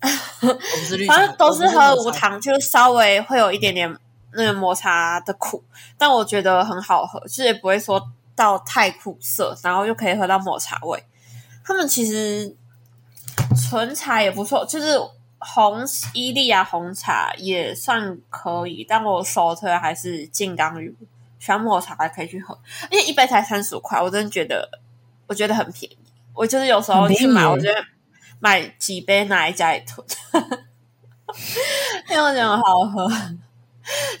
[SPEAKER 1] 我不是绿茶，
[SPEAKER 4] 反正都是喝
[SPEAKER 1] 我
[SPEAKER 4] 无
[SPEAKER 1] 抹茶。
[SPEAKER 4] 糖，就是稍微会有一点点那个抹茶的苦，但我觉得很好喝，就是也不会说到太苦涩，然后就可以喝到抹茶味。他们其实纯茶也不错，就是红伊利亚红茶也算可以，但我首推还是静冈玉露，喜欢抹茶的可以去喝，因为一杯才三十五块，我真的觉得我觉得很便宜。我就是有时候
[SPEAKER 1] 很便宜
[SPEAKER 4] 去买，
[SPEAKER 1] 耶
[SPEAKER 4] 我觉得买几杯拿来家里囤， *laughs* 因为我觉得很好喝，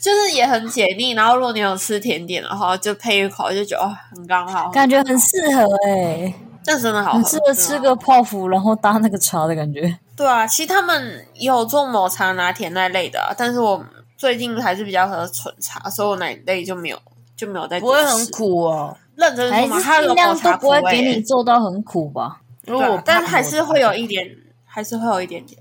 [SPEAKER 4] 就是也很解腻。然后如果你有吃甜点的话，就配一口就觉得哦，很刚好，
[SPEAKER 2] 感觉很适合哎、
[SPEAKER 4] 这真的好喝，
[SPEAKER 2] 很适合吃个泡芙，然后搭那个茶的感觉。
[SPEAKER 4] 对啊，其实他们也有做抹茶拿铁那类的、啊，但是我最近还是比较喝纯茶，所以我那一类就没有就没有在
[SPEAKER 1] 不会
[SPEAKER 4] 多
[SPEAKER 1] 很
[SPEAKER 4] 试。
[SPEAKER 1] 苦哦，
[SPEAKER 4] 认真
[SPEAKER 2] 还是
[SPEAKER 4] 说嘛，它
[SPEAKER 2] 哎
[SPEAKER 4] 有
[SPEAKER 2] 尽量
[SPEAKER 4] 抹
[SPEAKER 2] 都
[SPEAKER 4] 茶
[SPEAKER 2] 不会
[SPEAKER 4] 苦味
[SPEAKER 2] 给你
[SPEAKER 4] 耶，
[SPEAKER 2] 做到很苦吧？
[SPEAKER 1] 如果
[SPEAKER 4] 对啊
[SPEAKER 1] 我怕
[SPEAKER 4] 但还是
[SPEAKER 1] 抹茶
[SPEAKER 4] 会有一点，还是会有一点点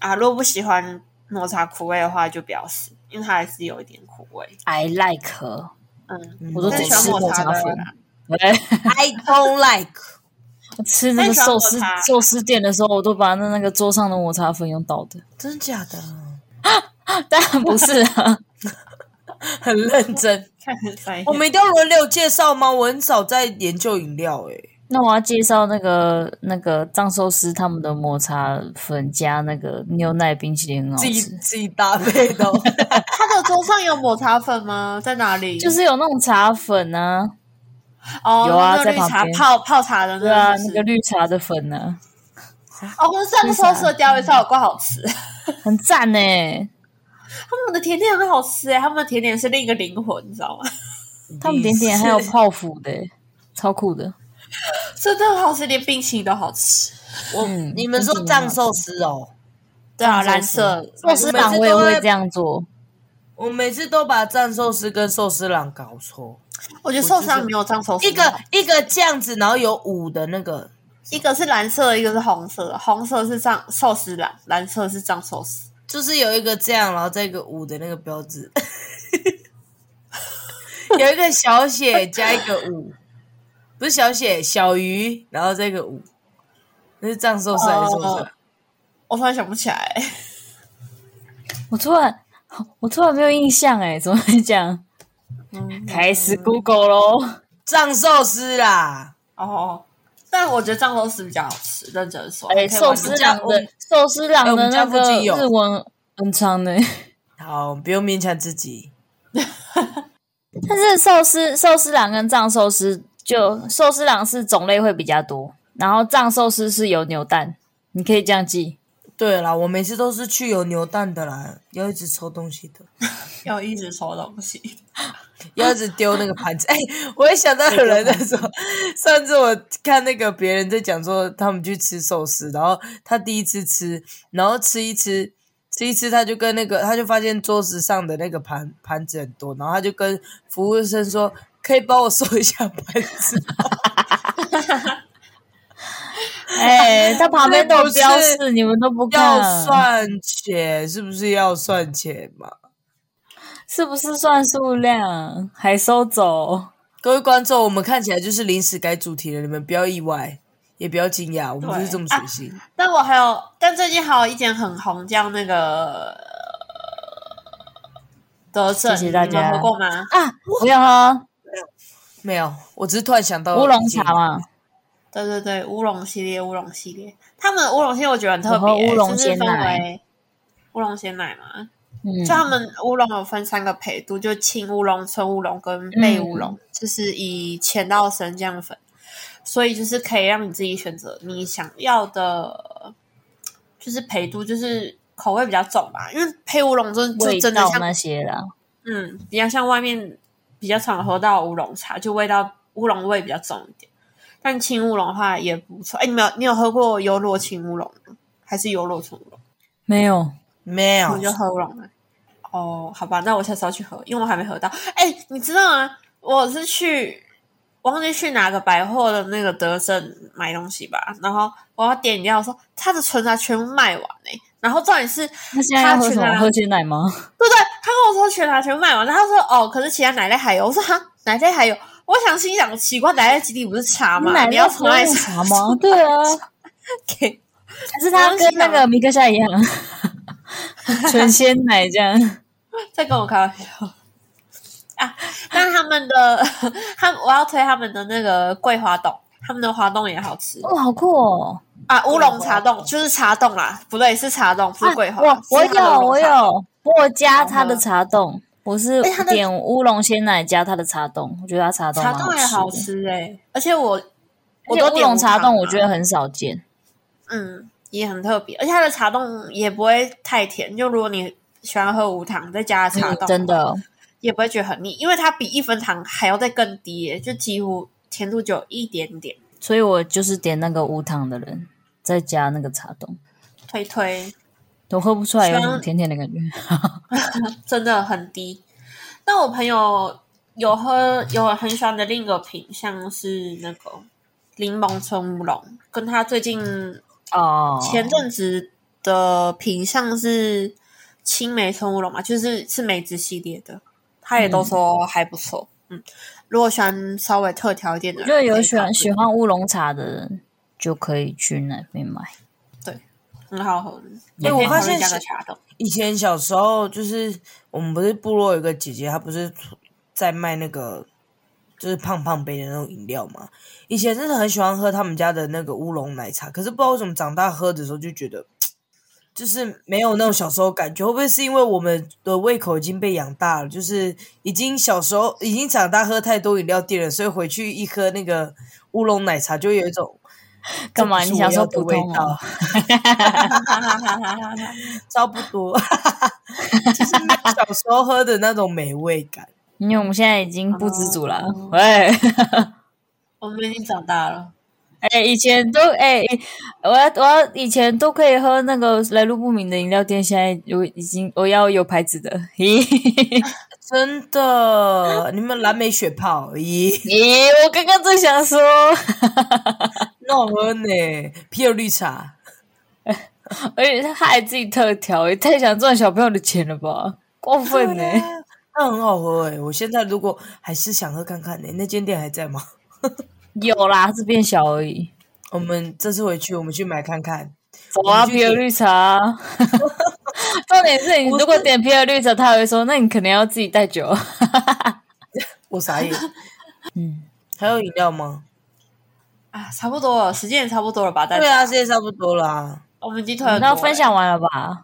[SPEAKER 4] 啊。如果不喜欢抹茶苦味的话，就不要试，因为它还是有一点苦味。 *laughs*
[SPEAKER 2] I like，her
[SPEAKER 4] 嗯，
[SPEAKER 1] 嗯
[SPEAKER 2] 我都
[SPEAKER 4] 但
[SPEAKER 2] 只
[SPEAKER 4] 喜欢
[SPEAKER 2] 吃抹
[SPEAKER 4] 抹
[SPEAKER 2] 茶
[SPEAKER 4] 茶的
[SPEAKER 2] 粉。哎，
[SPEAKER 1] I don't like。
[SPEAKER 2] 我 *laughs* 吃那个寿司
[SPEAKER 4] 但喜欢抹茶
[SPEAKER 2] 寿司店的时候，我都把那那个桌上的抹茶粉用倒的， *laughs*
[SPEAKER 1] 真假的？
[SPEAKER 2] 当然不是啊，
[SPEAKER 1] 很认真，
[SPEAKER 4] 看很专业
[SPEAKER 1] 我们一定要轮流介绍吗？我很少在研究饮料、欸，诶，
[SPEAKER 2] 那我要介绍那个那个藏寿司他们的抹茶粉加那个牛奶冰淇淋很好
[SPEAKER 1] 自己
[SPEAKER 2] 吃，
[SPEAKER 1] 自己搭配的哦。
[SPEAKER 4] 他的桌上有抹茶粉吗？在哪里？
[SPEAKER 2] 就是有那种茶粉啊，
[SPEAKER 4] 哦，
[SPEAKER 2] 有啊
[SPEAKER 4] 那个
[SPEAKER 2] 在
[SPEAKER 4] 绿
[SPEAKER 2] 旁
[SPEAKER 4] 茶
[SPEAKER 2] 边
[SPEAKER 4] 泡泡茶的
[SPEAKER 2] 对啊，
[SPEAKER 4] 个是
[SPEAKER 2] 那个绿茶的粉啊呢、
[SPEAKER 4] 哦，我上次
[SPEAKER 2] 绿茶
[SPEAKER 4] 候社交也超有够好吃。
[SPEAKER 2] 啊，很赞呢、
[SPEAKER 4] 他们的甜点很好吃哎，他们的甜点是另一个灵魂，你知道吗？ *laughs*
[SPEAKER 2] 他们点点还有泡芙的、欸超酷的。
[SPEAKER 4] 真的很好吃，连冰淇淋都好吃。
[SPEAKER 1] 我，
[SPEAKER 2] 嗯
[SPEAKER 1] 你们说藏寿司哦？
[SPEAKER 4] 对啊，蓝色
[SPEAKER 2] 寿司郎我也会这样做，
[SPEAKER 1] 我每次都把藏寿司跟寿司郎搞错，
[SPEAKER 4] 我觉得寿司郎没有藏寿司
[SPEAKER 1] 一
[SPEAKER 4] 郎
[SPEAKER 1] 个
[SPEAKER 4] 好
[SPEAKER 1] 一个酱子，然后有五的那个，
[SPEAKER 4] 一个是蓝色，一个是红色的，红色是藏寿司郎，蓝色是藏寿司。
[SPEAKER 1] 就是有一个这样，然后再一个五的那个标志， *laughs* 有一个小写加一个五，不是小写小鱼，然后再一个五，那是藏寿司还是寿司郎？
[SPEAKER 4] 我突然想不起来，欸
[SPEAKER 2] 我突然我突然没有印象哎，怎么会这样？
[SPEAKER 1] 嗯
[SPEAKER 2] 开始 Google 喽，
[SPEAKER 1] 藏寿司啦，
[SPEAKER 4] 哦，但我觉得藏寿司比较好吃，认真说。
[SPEAKER 2] 哎，
[SPEAKER 4] 可以玩
[SPEAKER 2] 寿
[SPEAKER 4] 一下
[SPEAKER 2] 司郎
[SPEAKER 1] 我们
[SPEAKER 2] 的寿司郎
[SPEAKER 1] 哎我
[SPEAKER 2] 的
[SPEAKER 1] 们
[SPEAKER 2] 那
[SPEAKER 1] 家附
[SPEAKER 2] 个
[SPEAKER 1] 近有
[SPEAKER 2] 日文很长呢，
[SPEAKER 1] 好，不用勉强自己。
[SPEAKER 2] 但是寿司寿司郎跟藏寿司就寿司郎是种类会比较多，然后藏寿司是有扭蛋，你可以这样记。
[SPEAKER 1] 对啦，我每次都是去有牛蛋的啦，要一直抽东西的，
[SPEAKER 4] 要一直抽东西，
[SPEAKER 1] 要一直丢那个盘子。哎、我也想到有人在
[SPEAKER 2] *laughs*
[SPEAKER 1] 说，上次我看那个别人在讲说，他们去吃寿司，然后他第一次吃，然后吃一吃。吃一吃，他就跟那个，他就发现桌子上的那个盘盘子很多，然后他就跟服务生说：“可以帮我收一下盘
[SPEAKER 2] *laughs*
[SPEAKER 1] 子吗。
[SPEAKER 2] 哎，它旁边都有
[SPEAKER 1] 不是
[SPEAKER 2] 标示，你们都不
[SPEAKER 1] 要
[SPEAKER 2] 看，
[SPEAKER 1] 算钱，是不是要算钱嘛？
[SPEAKER 2] 是不是算数量还收走？
[SPEAKER 1] 各位观众，我们看起来就是临时改主题了，你们不要意外，也不要惊讶，我们
[SPEAKER 2] 啊
[SPEAKER 1] 就是这么随性。
[SPEAKER 4] 但我还有，但最近还有一间很红，叫那个呃德胜，
[SPEAKER 2] 谢谢大家
[SPEAKER 4] 你们喝过吗？
[SPEAKER 2] 啊，我有喝
[SPEAKER 1] 没有，我只是突然想到
[SPEAKER 2] 乌龙茶嘛，
[SPEAKER 4] 对对对，乌龙系列，乌龙系列，他们的乌龙系列我觉得很特
[SPEAKER 2] 我喝
[SPEAKER 4] 别、
[SPEAKER 2] 哦乌龙
[SPEAKER 4] 就是
[SPEAKER 2] 鲜
[SPEAKER 4] 分
[SPEAKER 2] 奶
[SPEAKER 4] 为乌龙鲜奶嘛，
[SPEAKER 2] 嗯
[SPEAKER 4] 就他们乌龙有分三个配度，就青乌龙、春乌龙跟焙乌
[SPEAKER 2] 嗯
[SPEAKER 4] 龙，就是以浅到深这样分，所以就是可以让你自己选择你想要的，就是配度，就是口味比较重吧，因为配乌龙真就
[SPEAKER 2] 味
[SPEAKER 4] 真的
[SPEAKER 2] 道
[SPEAKER 4] 像
[SPEAKER 2] 那些啦。
[SPEAKER 4] 嗯，比较像外面比较常喝到乌龙茶，就味道乌龙味比较重一点。但青乌龙的话也不错。哎、你没有你有喝过优酪青乌龙吗？还是优酪纯乌龙？
[SPEAKER 2] 没有，
[SPEAKER 1] 没有
[SPEAKER 4] 我就喝乌龙了。哦，好吧，那我下次要去喝，因为我还没喝到。哎、你知道吗？我是去忘记去哪个百货的那个德胜买东西吧，然后我要点饮料的时候，它的纯茶全部卖完哎、然后重点是，
[SPEAKER 2] 那现在要喝什
[SPEAKER 4] 他
[SPEAKER 2] 么？
[SPEAKER 4] 去拿
[SPEAKER 2] 喝鲜奶吗？
[SPEAKER 4] 对不对？他跟我说全拿全部卖完，然后他说哦，可是其他奶类还有。我说哈，奶类还有。我想心想，奇怪，奶类基地不是茶吗？
[SPEAKER 2] 奶
[SPEAKER 4] 你要
[SPEAKER 2] 酪
[SPEAKER 4] 从哪里
[SPEAKER 2] 用茶吗？对啊，
[SPEAKER 4] 给？ *laughs*
[SPEAKER 2] 还是他跟那个米克夏一样，纯鲜奶这样。
[SPEAKER 4] 在跟我开玩笑啊！但他们的， *laughs* 他我要推他们的那个桂花冻，他们的花冻也好吃
[SPEAKER 2] 哇，好酷哦！
[SPEAKER 4] 啊！乌龙茶冻就是茶冻啦，不对，是茶冻，不是桂花。
[SPEAKER 2] 啊我我
[SPEAKER 4] 是他的
[SPEAKER 2] 有
[SPEAKER 4] 乌
[SPEAKER 2] 我
[SPEAKER 4] 龙茶冻，
[SPEAKER 2] 有，我加他的茶冻，我是
[SPEAKER 4] 哎他的
[SPEAKER 2] 点乌龙鲜奶加他的茶冻，我觉得他茶冻
[SPEAKER 4] 茶冻也
[SPEAKER 2] 蛮
[SPEAKER 4] 好
[SPEAKER 2] 好的。
[SPEAKER 4] 吃哎、而且我我
[SPEAKER 2] 而且
[SPEAKER 4] 都
[SPEAKER 2] 乌
[SPEAKER 4] 点啊
[SPEAKER 2] 龙茶冻，
[SPEAKER 4] 冻，
[SPEAKER 2] 我觉得很少见。
[SPEAKER 4] 嗯，也很特别，而且它的茶冻也不会太甜。就如果你喜欢喝无糖，再加茶啊
[SPEAKER 2] 嗯
[SPEAKER 4] 冻、
[SPEAKER 2] 真的，
[SPEAKER 4] 也不会觉得很腻，因为它比一分糖还要再更低耶，就几乎甜度只有一点点。
[SPEAKER 2] 所以我就是点那个无糖的人，再加那个茶冻，
[SPEAKER 4] 推推
[SPEAKER 2] 我喝不出来有
[SPEAKER 4] 希
[SPEAKER 2] 种
[SPEAKER 4] 望
[SPEAKER 2] 甜甜的感觉。
[SPEAKER 4] 真的很低。那我朋友有喝有很喜欢的另一个品相是那个柠檬春乌龙，跟他最近
[SPEAKER 2] 哦，
[SPEAKER 4] 前阵子的品相是青梅春乌龙嘛，就是是梅子系列的，他也都说还不错。嗯，如果喜欢稍微特调一点的人，
[SPEAKER 2] 就有
[SPEAKER 4] 可以
[SPEAKER 2] 喜
[SPEAKER 4] 考
[SPEAKER 2] 欢
[SPEAKER 4] 虑
[SPEAKER 2] 喜欢乌龙茶的人，就可以去那边买。
[SPEAKER 4] 很嗯好喝。
[SPEAKER 1] 哎我发现
[SPEAKER 4] 加个
[SPEAKER 1] 是
[SPEAKER 4] 茶冻，
[SPEAKER 1] 以前小时候就是我们不是部落有个姐姐，她不是在卖那个就是胖胖杯的那种饮料嘛。以前真的很喜欢喝他们家的那个乌龙奶茶，可是不知道为什么长大喝的时候就觉得。就是没有那种小时候感觉，会不会是因为我们的胃口已经被养大了？就是已经小时候已经长大喝太多饮料店了，所以回去一喝那个乌龙奶茶，就有一种
[SPEAKER 2] 干嘛？
[SPEAKER 1] 这
[SPEAKER 2] 你
[SPEAKER 1] 不是我
[SPEAKER 2] 想说
[SPEAKER 1] 要的
[SPEAKER 2] 普
[SPEAKER 1] 味
[SPEAKER 2] 通
[SPEAKER 1] 道？
[SPEAKER 2] 哦？
[SPEAKER 1] 差不多， *laughs* 就是那个小时候喝的那种美味感。
[SPEAKER 2] 因为我们现在已经不知足了。喂，
[SPEAKER 4] *laughs* 我们已经长大了。
[SPEAKER 2] 哎，以前都哎，我要我要以前都可以喝那个来路不明的饮料店，现在我已经我要有牌子的。咦
[SPEAKER 1] *laughs* 真的，你们蓝莓雪泡，咦，
[SPEAKER 2] 咦，我刚刚正想说，
[SPEAKER 1] 那我喝呢？啤酒绿茶，
[SPEAKER 2] 而且哎他还自己特调，也太想赚小朋友的钱了吧？过分呢、
[SPEAKER 4] 啊
[SPEAKER 1] 啊那很好喝哎诶。我现在如果还是想喝看看呢，那间店还在吗？ *laughs*
[SPEAKER 2] 有啦，它是变小而已。
[SPEAKER 1] 我们这次回去，我们去买看看。
[SPEAKER 2] 我要
[SPEAKER 4] 啊
[SPEAKER 1] 们去
[SPEAKER 2] 皮尔
[SPEAKER 1] 点
[SPEAKER 2] 绿茶。重点是你
[SPEAKER 1] 不
[SPEAKER 2] 如果
[SPEAKER 1] 是
[SPEAKER 2] 点皮尔绿茶，他还会说，那你可能要自己带酒。
[SPEAKER 1] 我傻 *laughs* 眼。
[SPEAKER 2] 嗯，
[SPEAKER 1] 还有饮料吗？
[SPEAKER 4] 啊，差不多了，时间也差不多了吧？大
[SPEAKER 1] 对
[SPEAKER 4] 家，
[SPEAKER 1] 啊，现在差不多啦。
[SPEAKER 4] 我们已经推很多
[SPEAKER 2] 那
[SPEAKER 4] 了
[SPEAKER 2] 分享完了吧？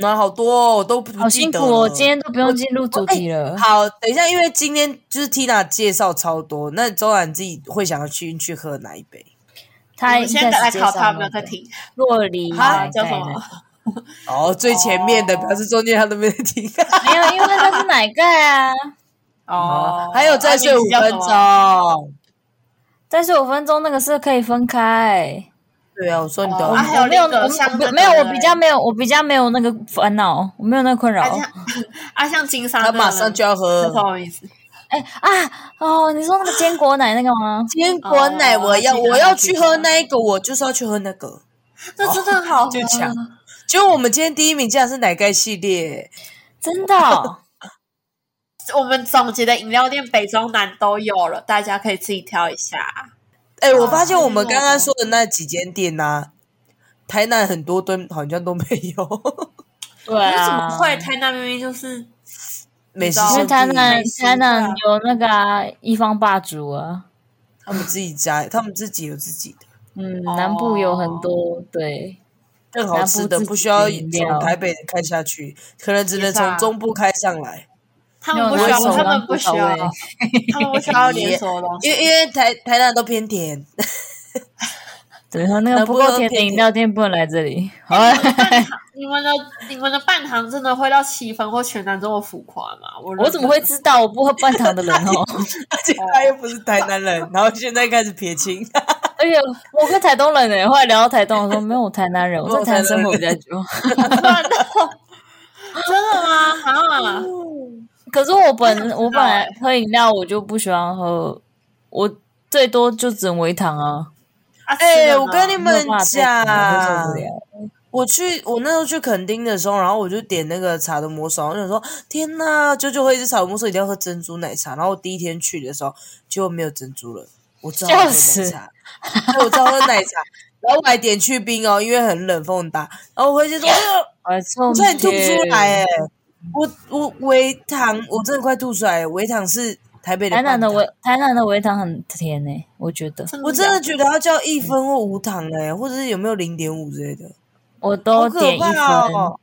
[SPEAKER 1] 那好多哦，我都不
[SPEAKER 4] 欸
[SPEAKER 2] 好
[SPEAKER 1] 记
[SPEAKER 2] 辛
[SPEAKER 1] 得
[SPEAKER 2] 苦哦，
[SPEAKER 1] 了
[SPEAKER 2] 今天都不用进入主题了。
[SPEAKER 4] 哎
[SPEAKER 1] 好，等一下，因为今天就是 Tina 介绍超多，那周然自己会想要去去喝哪一杯？
[SPEAKER 4] 我
[SPEAKER 2] 他
[SPEAKER 4] 们现在再来考他有没有在
[SPEAKER 2] 在
[SPEAKER 4] 听，
[SPEAKER 2] 洛梨
[SPEAKER 4] 啊，
[SPEAKER 2] 奶
[SPEAKER 4] 叫
[SPEAKER 2] 盖
[SPEAKER 4] 什
[SPEAKER 2] 的
[SPEAKER 4] 么？
[SPEAKER 1] 哦，最前面的，表示中间他都没在听。
[SPEAKER 2] 没有，因为那是奶盖啊。
[SPEAKER 4] 哦，
[SPEAKER 1] 啊还有再睡五分
[SPEAKER 4] *laughs* 啊。名字叫什么
[SPEAKER 1] 钟。
[SPEAKER 2] 但是五分钟那个是可以分开，
[SPEAKER 1] 对啊，我说你
[SPEAKER 4] 哦
[SPEAKER 1] 的
[SPEAKER 4] 啊，还有
[SPEAKER 2] 我没有，
[SPEAKER 4] 那个
[SPEAKER 2] 我
[SPEAKER 4] 像那
[SPEAKER 2] 我
[SPEAKER 4] 个
[SPEAKER 2] 没有，我比较没有，我比较没有那个烦恼，我没有那个困扰。
[SPEAKER 4] 啊，像啊，像金沙那
[SPEAKER 1] 他
[SPEAKER 4] 个人，
[SPEAKER 1] 马上就要
[SPEAKER 4] 是什
[SPEAKER 1] 喝
[SPEAKER 4] 么意思？
[SPEAKER 2] 哎啊哦，你说那个坚果奶那个
[SPEAKER 4] *laughs*
[SPEAKER 2] 吗？
[SPEAKER 1] 坚果奶，我要
[SPEAKER 4] 哦记得
[SPEAKER 1] 我要去喝那一个，我就是要去喝那个，
[SPEAKER 4] 这真的很好喝，
[SPEAKER 1] 就抢。结果我们今天第一名竟然是奶盖系列，
[SPEAKER 2] 真的哦。
[SPEAKER 4] 我们总结的饮料店北中南都有了，大家可以自己挑一下。
[SPEAKER 1] 哎，
[SPEAKER 4] 啊
[SPEAKER 1] 我发现我们刚刚说的那几间店呐、台南很多都好像都没有
[SPEAKER 2] 对
[SPEAKER 4] 为什
[SPEAKER 2] 啊，
[SPEAKER 4] 么会台南明明就是
[SPEAKER 1] 美食
[SPEAKER 4] 你知道
[SPEAKER 2] 因为
[SPEAKER 1] 圣
[SPEAKER 2] 台
[SPEAKER 1] 地
[SPEAKER 2] 南
[SPEAKER 4] 美食
[SPEAKER 2] 台南
[SPEAKER 4] 啊
[SPEAKER 2] 有那个、啊、一方霸主啊，
[SPEAKER 1] 他们自己家，他们自己有自己的
[SPEAKER 2] 嗯，
[SPEAKER 4] 哦
[SPEAKER 2] 南部有很多对，
[SPEAKER 1] 更好吃的，
[SPEAKER 2] 南部自己
[SPEAKER 1] 不需要
[SPEAKER 2] 的饮料
[SPEAKER 1] 从台北开下去，可能只能从中部开上来。
[SPEAKER 4] 他们不
[SPEAKER 2] 没有
[SPEAKER 4] 需
[SPEAKER 2] 拿
[SPEAKER 4] 要，
[SPEAKER 2] 手
[SPEAKER 4] 他
[SPEAKER 2] 当
[SPEAKER 4] 们不
[SPEAKER 2] 古
[SPEAKER 4] 需
[SPEAKER 2] 早
[SPEAKER 4] 要
[SPEAKER 2] 味，
[SPEAKER 4] 他们不需要连锁的 *laughs* 东西
[SPEAKER 1] 因。为因为台台南都偏甜，
[SPEAKER 2] 对，然后那个
[SPEAKER 1] 南
[SPEAKER 2] 不
[SPEAKER 1] 部
[SPEAKER 2] 够
[SPEAKER 1] 都
[SPEAKER 2] 甜的
[SPEAKER 1] 偏
[SPEAKER 2] 饮
[SPEAKER 1] 甜
[SPEAKER 2] 料店不能来这里。
[SPEAKER 1] *laughs*
[SPEAKER 2] 好啊，
[SPEAKER 4] 你们的你们的半糖真的会到七分或全糖这么浮夸吗？我
[SPEAKER 2] 我怎么会知道？我不喝半糖的人哦，
[SPEAKER 1] 而且他又不是台南人，然后现在开始撇清。 *laughs*
[SPEAKER 2] *laughs* 而且哎我跟台东人呢，后来聊到台东，我说没有我台南人，我在台南生活比较久。 *laughs*
[SPEAKER 4] 真的 *laughs* 真的吗？啊，
[SPEAKER 2] 可是我本我本来喝饮料我就不喜欢喝，我最多就只能微糖啊。
[SPEAKER 4] 啊
[SPEAKER 1] 哎、
[SPEAKER 4] 吃了吗
[SPEAKER 1] 我跟你
[SPEAKER 2] 没有
[SPEAKER 1] 们
[SPEAKER 2] 办法再甜我
[SPEAKER 1] 讲
[SPEAKER 2] 会受不，了
[SPEAKER 1] 我我去，我那时候去垦丁的时候，然后我就点那个茶的魔手，我就想说天呐，九九会一直茶的魔手一定要喝珍珠奶茶。然后我第一天去的时候，结果没有珍珠了，我只好喝
[SPEAKER 2] 笑
[SPEAKER 1] 奶
[SPEAKER 2] 死
[SPEAKER 1] 茶，所以我只好喝奶茶。 *laughs* 然后我还点去冰哦，因为很冷风大。然后我回去 *laughs* 说，哎呦
[SPEAKER 2] 我
[SPEAKER 1] 我
[SPEAKER 2] 操，
[SPEAKER 1] 差点吐出来哎、我我微糖，我真的快吐出来了。微糖是台北的
[SPEAKER 2] 台南
[SPEAKER 1] 半
[SPEAKER 2] 的
[SPEAKER 1] 糖，
[SPEAKER 2] 维台南的维糖很甜诶、我觉得
[SPEAKER 1] 我真的觉得要叫一分或无糖哎、或者是有没有零点五之类的，
[SPEAKER 2] 我
[SPEAKER 1] 好
[SPEAKER 2] 都
[SPEAKER 1] 可
[SPEAKER 2] 点一分，
[SPEAKER 1] 怕哦！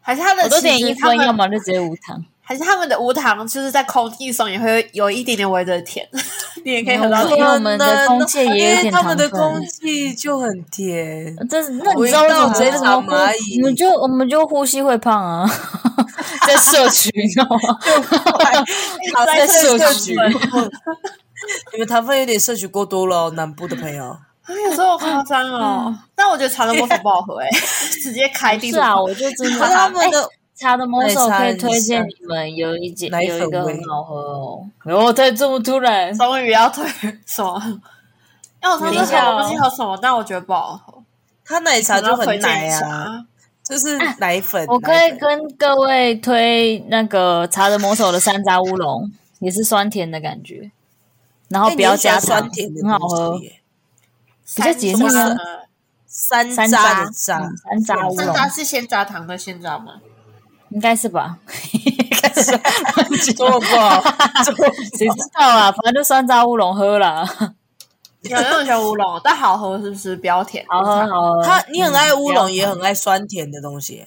[SPEAKER 4] 还是他
[SPEAKER 2] 我
[SPEAKER 4] 的
[SPEAKER 2] 都
[SPEAKER 4] 其
[SPEAKER 2] 点一
[SPEAKER 4] 实他
[SPEAKER 2] 分，要么
[SPEAKER 4] 们
[SPEAKER 2] 就直接无糖。
[SPEAKER 4] 还是他们的无糖，就是在空气中也会有一点点微的甜， *laughs* 你也可以喝到
[SPEAKER 2] 没有因为我们的空气也有
[SPEAKER 1] 因为
[SPEAKER 2] 点
[SPEAKER 1] 他们的
[SPEAKER 2] 糖分
[SPEAKER 1] 空气就很甜。
[SPEAKER 2] 这是那你知道
[SPEAKER 1] 味
[SPEAKER 2] 为什
[SPEAKER 1] 道
[SPEAKER 2] 么
[SPEAKER 1] 直接
[SPEAKER 2] 我
[SPEAKER 1] 长
[SPEAKER 2] 们
[SPEAKER 1] 蚂
[SPEAKER 2] 呼
[SPEAKER 1] 蚁
[SPEAKER 2] 我们就我们就呼吸会胖啊， *laughs* 在社哦区，你知道吗？
[SPEAKER 1] 好
[SPEAKER 2] 在摄取
[SPEAKER 1] 你们糖分有点摄取过多了哦，南部的朋
[SPEAKER 2] *laughs*
[SPEAKER 1] 友。
[SPEAKER 4] 哎有时候好夸张哦。但我觉得茶的魔法不好喝哎， *laughs* 直接开地
[SPEAKER 2] 嗯是啊，我就真
[SPEAKER 1] 可是他
[SPEAKER 2] 的。
[SPEAKER 1] 们的
[SPEAKER 2] 茶的魔手
[SPEAKER 1] 奶茶
[SPEAKER 2] 可以
[SPEAKER 1] 很
[SPEAKER 2] 推荐
[SPEAKER 1] 香
[SPEAKER 2] 你们有一节
[SPEAKER 1] 啊奶
[SPEAKER 2] 有一
[SPEAKER 1] 粉
[SPEAKER 2] 个
[SPEAKER 1] 味
[SPEAKER 2] 很好喝哦。哦，太这么突然，
[SPEAKER 4] 终于要退什么？因为我上次喝我忘记喝什么，但我觉得不好喝。
[SPEAKER 1] 它奶茶就
[SPEAKER 4] 可
[SPEAKER 1] 很
[SPEAKER 4] 能要推荐
[SPEAKER 1] 奶
[SPEAKER 4] 一
[SPEAKER 1] 啊，
[SPEAKER 4] 下。
[SPEAKER 1] 就是奶粉。
[SPEAKER 2] 啊我可
[SPEAKER 1] 奶
[SPEAKER 2] 以
[SPEAKER 1] 粉哎
[SPEAKER 2] 跟各位推那个茶的魔手的山楂乌龙，也是酸甜的感觉，然后
[SPEAKER 1] 哎
[SPEAKER 2] 不
[SPEAKER 1] 你
[SPEAKER 2] 要
[SPEAKER 1] 很喜欢
[SPEAKER 2] 加糖
[SPEAKER 1] 酸甜，的
[SPEAKER 2] 很好
[SPEAKER 1] 东
[SPEAKER 2] 喝
[SPEAKER 1] 西。耶。
[SPEAKER 2] 比较解腻啊
[SPEAKER 4] 山
[SPEAKER 1] 山
[SPEAKER 2] 山
[SPEAKER 1] 楂的
[SPEAKER 2] 楂
[SPEAKER 1] 楂，
[SPEAKER 2] 嗯山楂乌
[SPEAKER 4] 楂
[SPEAKER 1] *laughs*
[SPEAKER 2] 龙
[SPEAKER 4] 山楂是鲜榨糖的鲜榨吗？
[SPEAKER 2] 应该
[SPEAKER 1] *laughs*
[SPEAKER 2] 是吧？应该是，
[SPEAKER 1] 中文不好，中文
[SPEAKER 2] 谁知道啊？反正就山楂乌龙喝
[SPEAKER 1] *laughs*
[SPEAKER 2] 啦，
[SPEAKER 4] *laughs* 有那种小乌龙，但好喝是不是？不要甜，
[SPEAKER 2] 好喝好喝。
[SPEAKER 1] 他你很爱乌
[SPEAKER 2] 不要
[SPEAKER 1] 龙，也很爱酸甜的东西。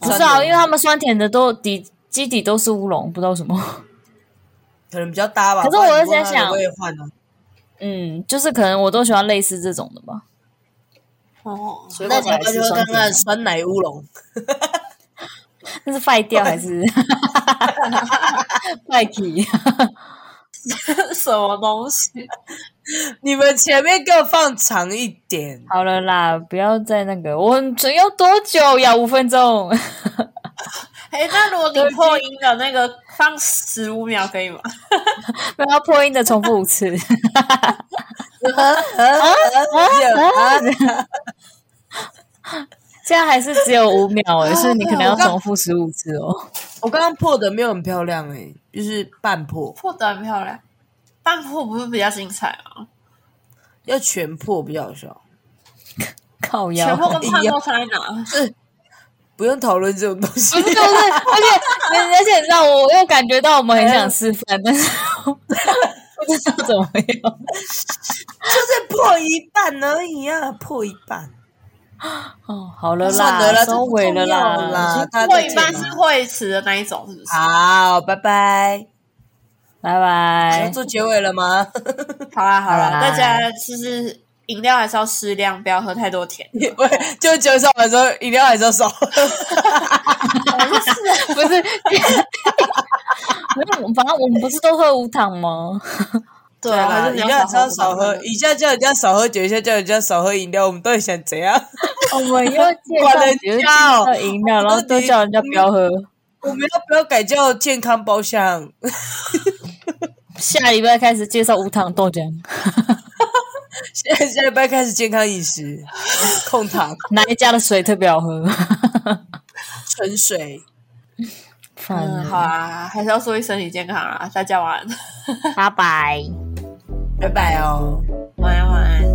[SPEAKER 2] 不是
[SPEAKER 1] 酸
[SPEAKER 2] 啊，因
[SPEAKER 1] 甜
[SPEAKER 2] 为他们酸甜的都底基底都是乌龙，不知道为什么。
[SPEAKER 1] 可能比较搭吧。
[SPEAKER 2] 可是
[SPEAKER 1] 不然
[SPEAKER 2] 我
[SPEAKER 1] 你
[SPEAKER 2] 是
[SPEAKER 1] 问
[SPEAKER 2] 在
[SPEAKER 1] 他
[SPEAKER 2] 想
[SPEAKER 1] 我也换了。
[SPEAKER 2] 嗯，就是可能我都喜欢类似这种的吧。 *laughs*
[SPEAKER 4] 哦，
[SPEAKER 2] 所以
[SPEAKER 1] 那
[SPEAKER 2] 我
[SPEAKER 1] 你要
[SPEAKER 2] 才
[SPEAKER 1] 不要
[SPEAKER 2] 是
[SPEAKER 1] 就
[SPEAKER 2] 酸
[SPEAKER 1] 看
[SPEAKER 2] 甜
[SPEAKER 1] 看
[SPEAKER 2] 的。
[SPEAKER 1] 酸奶乌龙？
[SPEAKER 2] 那是坏掉还是 *laughs* 坏体？
[SPEAKER 4] 什么东 *laughs* 西？
[SPEAKER 1] *laughs* 你们前面给我放长一点，
[SPEAKER 2] 好了啦，不要再那个，我只要多久呀？五分钟，
[SPEAKER 4] 哎，那如果你破音的那个放十五秒可以吗？
[SPEAKER 2] 不要破音的重复
[SPEAKER 1] *laughs*
[SPEAKER 2] 五次。
[SPEAKER 1] 啊
[SPEAKER 2] 现在还是只有五秒
[SPEAKER 1] 啊
[SPEAKER 2] 诶、所以你可能要重复十五次哦。
[SPEAKER 1] 我刚刚破的没有很漂亮哎、就是半破，
[SPEAKER 4] 破的很漂亮，但破不是比较精彩吗？
[SPEAKER 1] 要全破比较有效。
[SPEAKER 2] 靠腰，
[SPEAKER 4] 全破
[SPEAKER 2] *laughs*
[SPEAKER 4] 跟
[SPEAKER 2] 不
[SPEAKER 4] 胖都差在哪？
[SPEAKER 1] 不用讨论这种东西，
[SPEAKER 2] 是不是，而且而且你知道，我又感觉到我们很想示范，
[SPEAKER 1] *laughs*
[SPEAKER 2] 但是不知道怎么样。
[SPEAKER 1] 就是破一半而已啊，破一半。
[SPEAKER 2] 哦，好了啦，
[SPEAKER 1] 算了啦，这
[SPEAKER 2] 收
[SPEAKER 1] 不
[SPEAKER 2] 尾了
[SPEAKER 1] 重要
[SPEAKER 2] 啦
[SPEAKER 1] 啦，，大家
[SPEAKER 4] 破
[SPEAKER 1] 再
[SPEAKER 4] 一
[SPEAKER 1] 见
[SPEAKER 4] 半
[SPEAKER 1] 啦
[SPEAKER 4] 是会迟的那一种，是不是？
[SPEAKER 1] 好，拜拜。
[SPEAKER 2] 拜
[SPEAKER 1] 你
[SPEAKER 2] 拜
[SPEAKER 1] 要。做结尾了吗？
[SPEAKER 4] 好啦好
[SPEAKER 2] 好
[SPEAKER 4] 啦，
[SPEAKER 2] 啦
[SPEAKER 4] 大家就是饮料还是要适量，不要喝太多甜。
[SPEAKER 1] 我就结束完之后，饮料还是要少。啊
[SPEAKER 2] 不是，没有，反正我们不是都喝无糖吗？
[SPEAKER 4] 对
[SPEAKER 1] 对
[SPEAKER 4] 啊，还
[SPEAKER 1] 啦，
[SPEAKER 4] 是你
[SPEAKER 1] 饮料还是要少
[SPEAKER 4] 少
[SPEAKER 1] 喝，一下叫人家少喝酒，一下叫人家少喝饮料，我们到底想怎样？
[SPEAKER 2] 我们要介
[SPEAKER 1] 管人
[SPEAKER 2] 比如介
[SPEAKER 1] 家哦
[SPEAKER 2] 绍饮料，然后都叫人家不要喝。
[SPEAKER 1] 我们要不要改叫健康包厢？
[SPEAKER 2] 下礼拜开始介绍无糖豆浆、
[SPEAKER 1] 现在下礼拜开始健康饮 *laughs* 食，控糖、
[SPEAKER 2] 哪一家的水特别好喝？
[SPEAKER 1] 纯水。
[SPEAKER 2] 烦
[SPEAKER 4] 嗯，好
[SPEAKER 2] 了，
[SPEAKER 4] 啊，还是要注意身体健康啊！大家晚安，
[SPEAKER 2] *laughs* 拜拜。
[SPEAKER 1] 拜拜哦。
[SPEAKER 4] 晚安，晚安。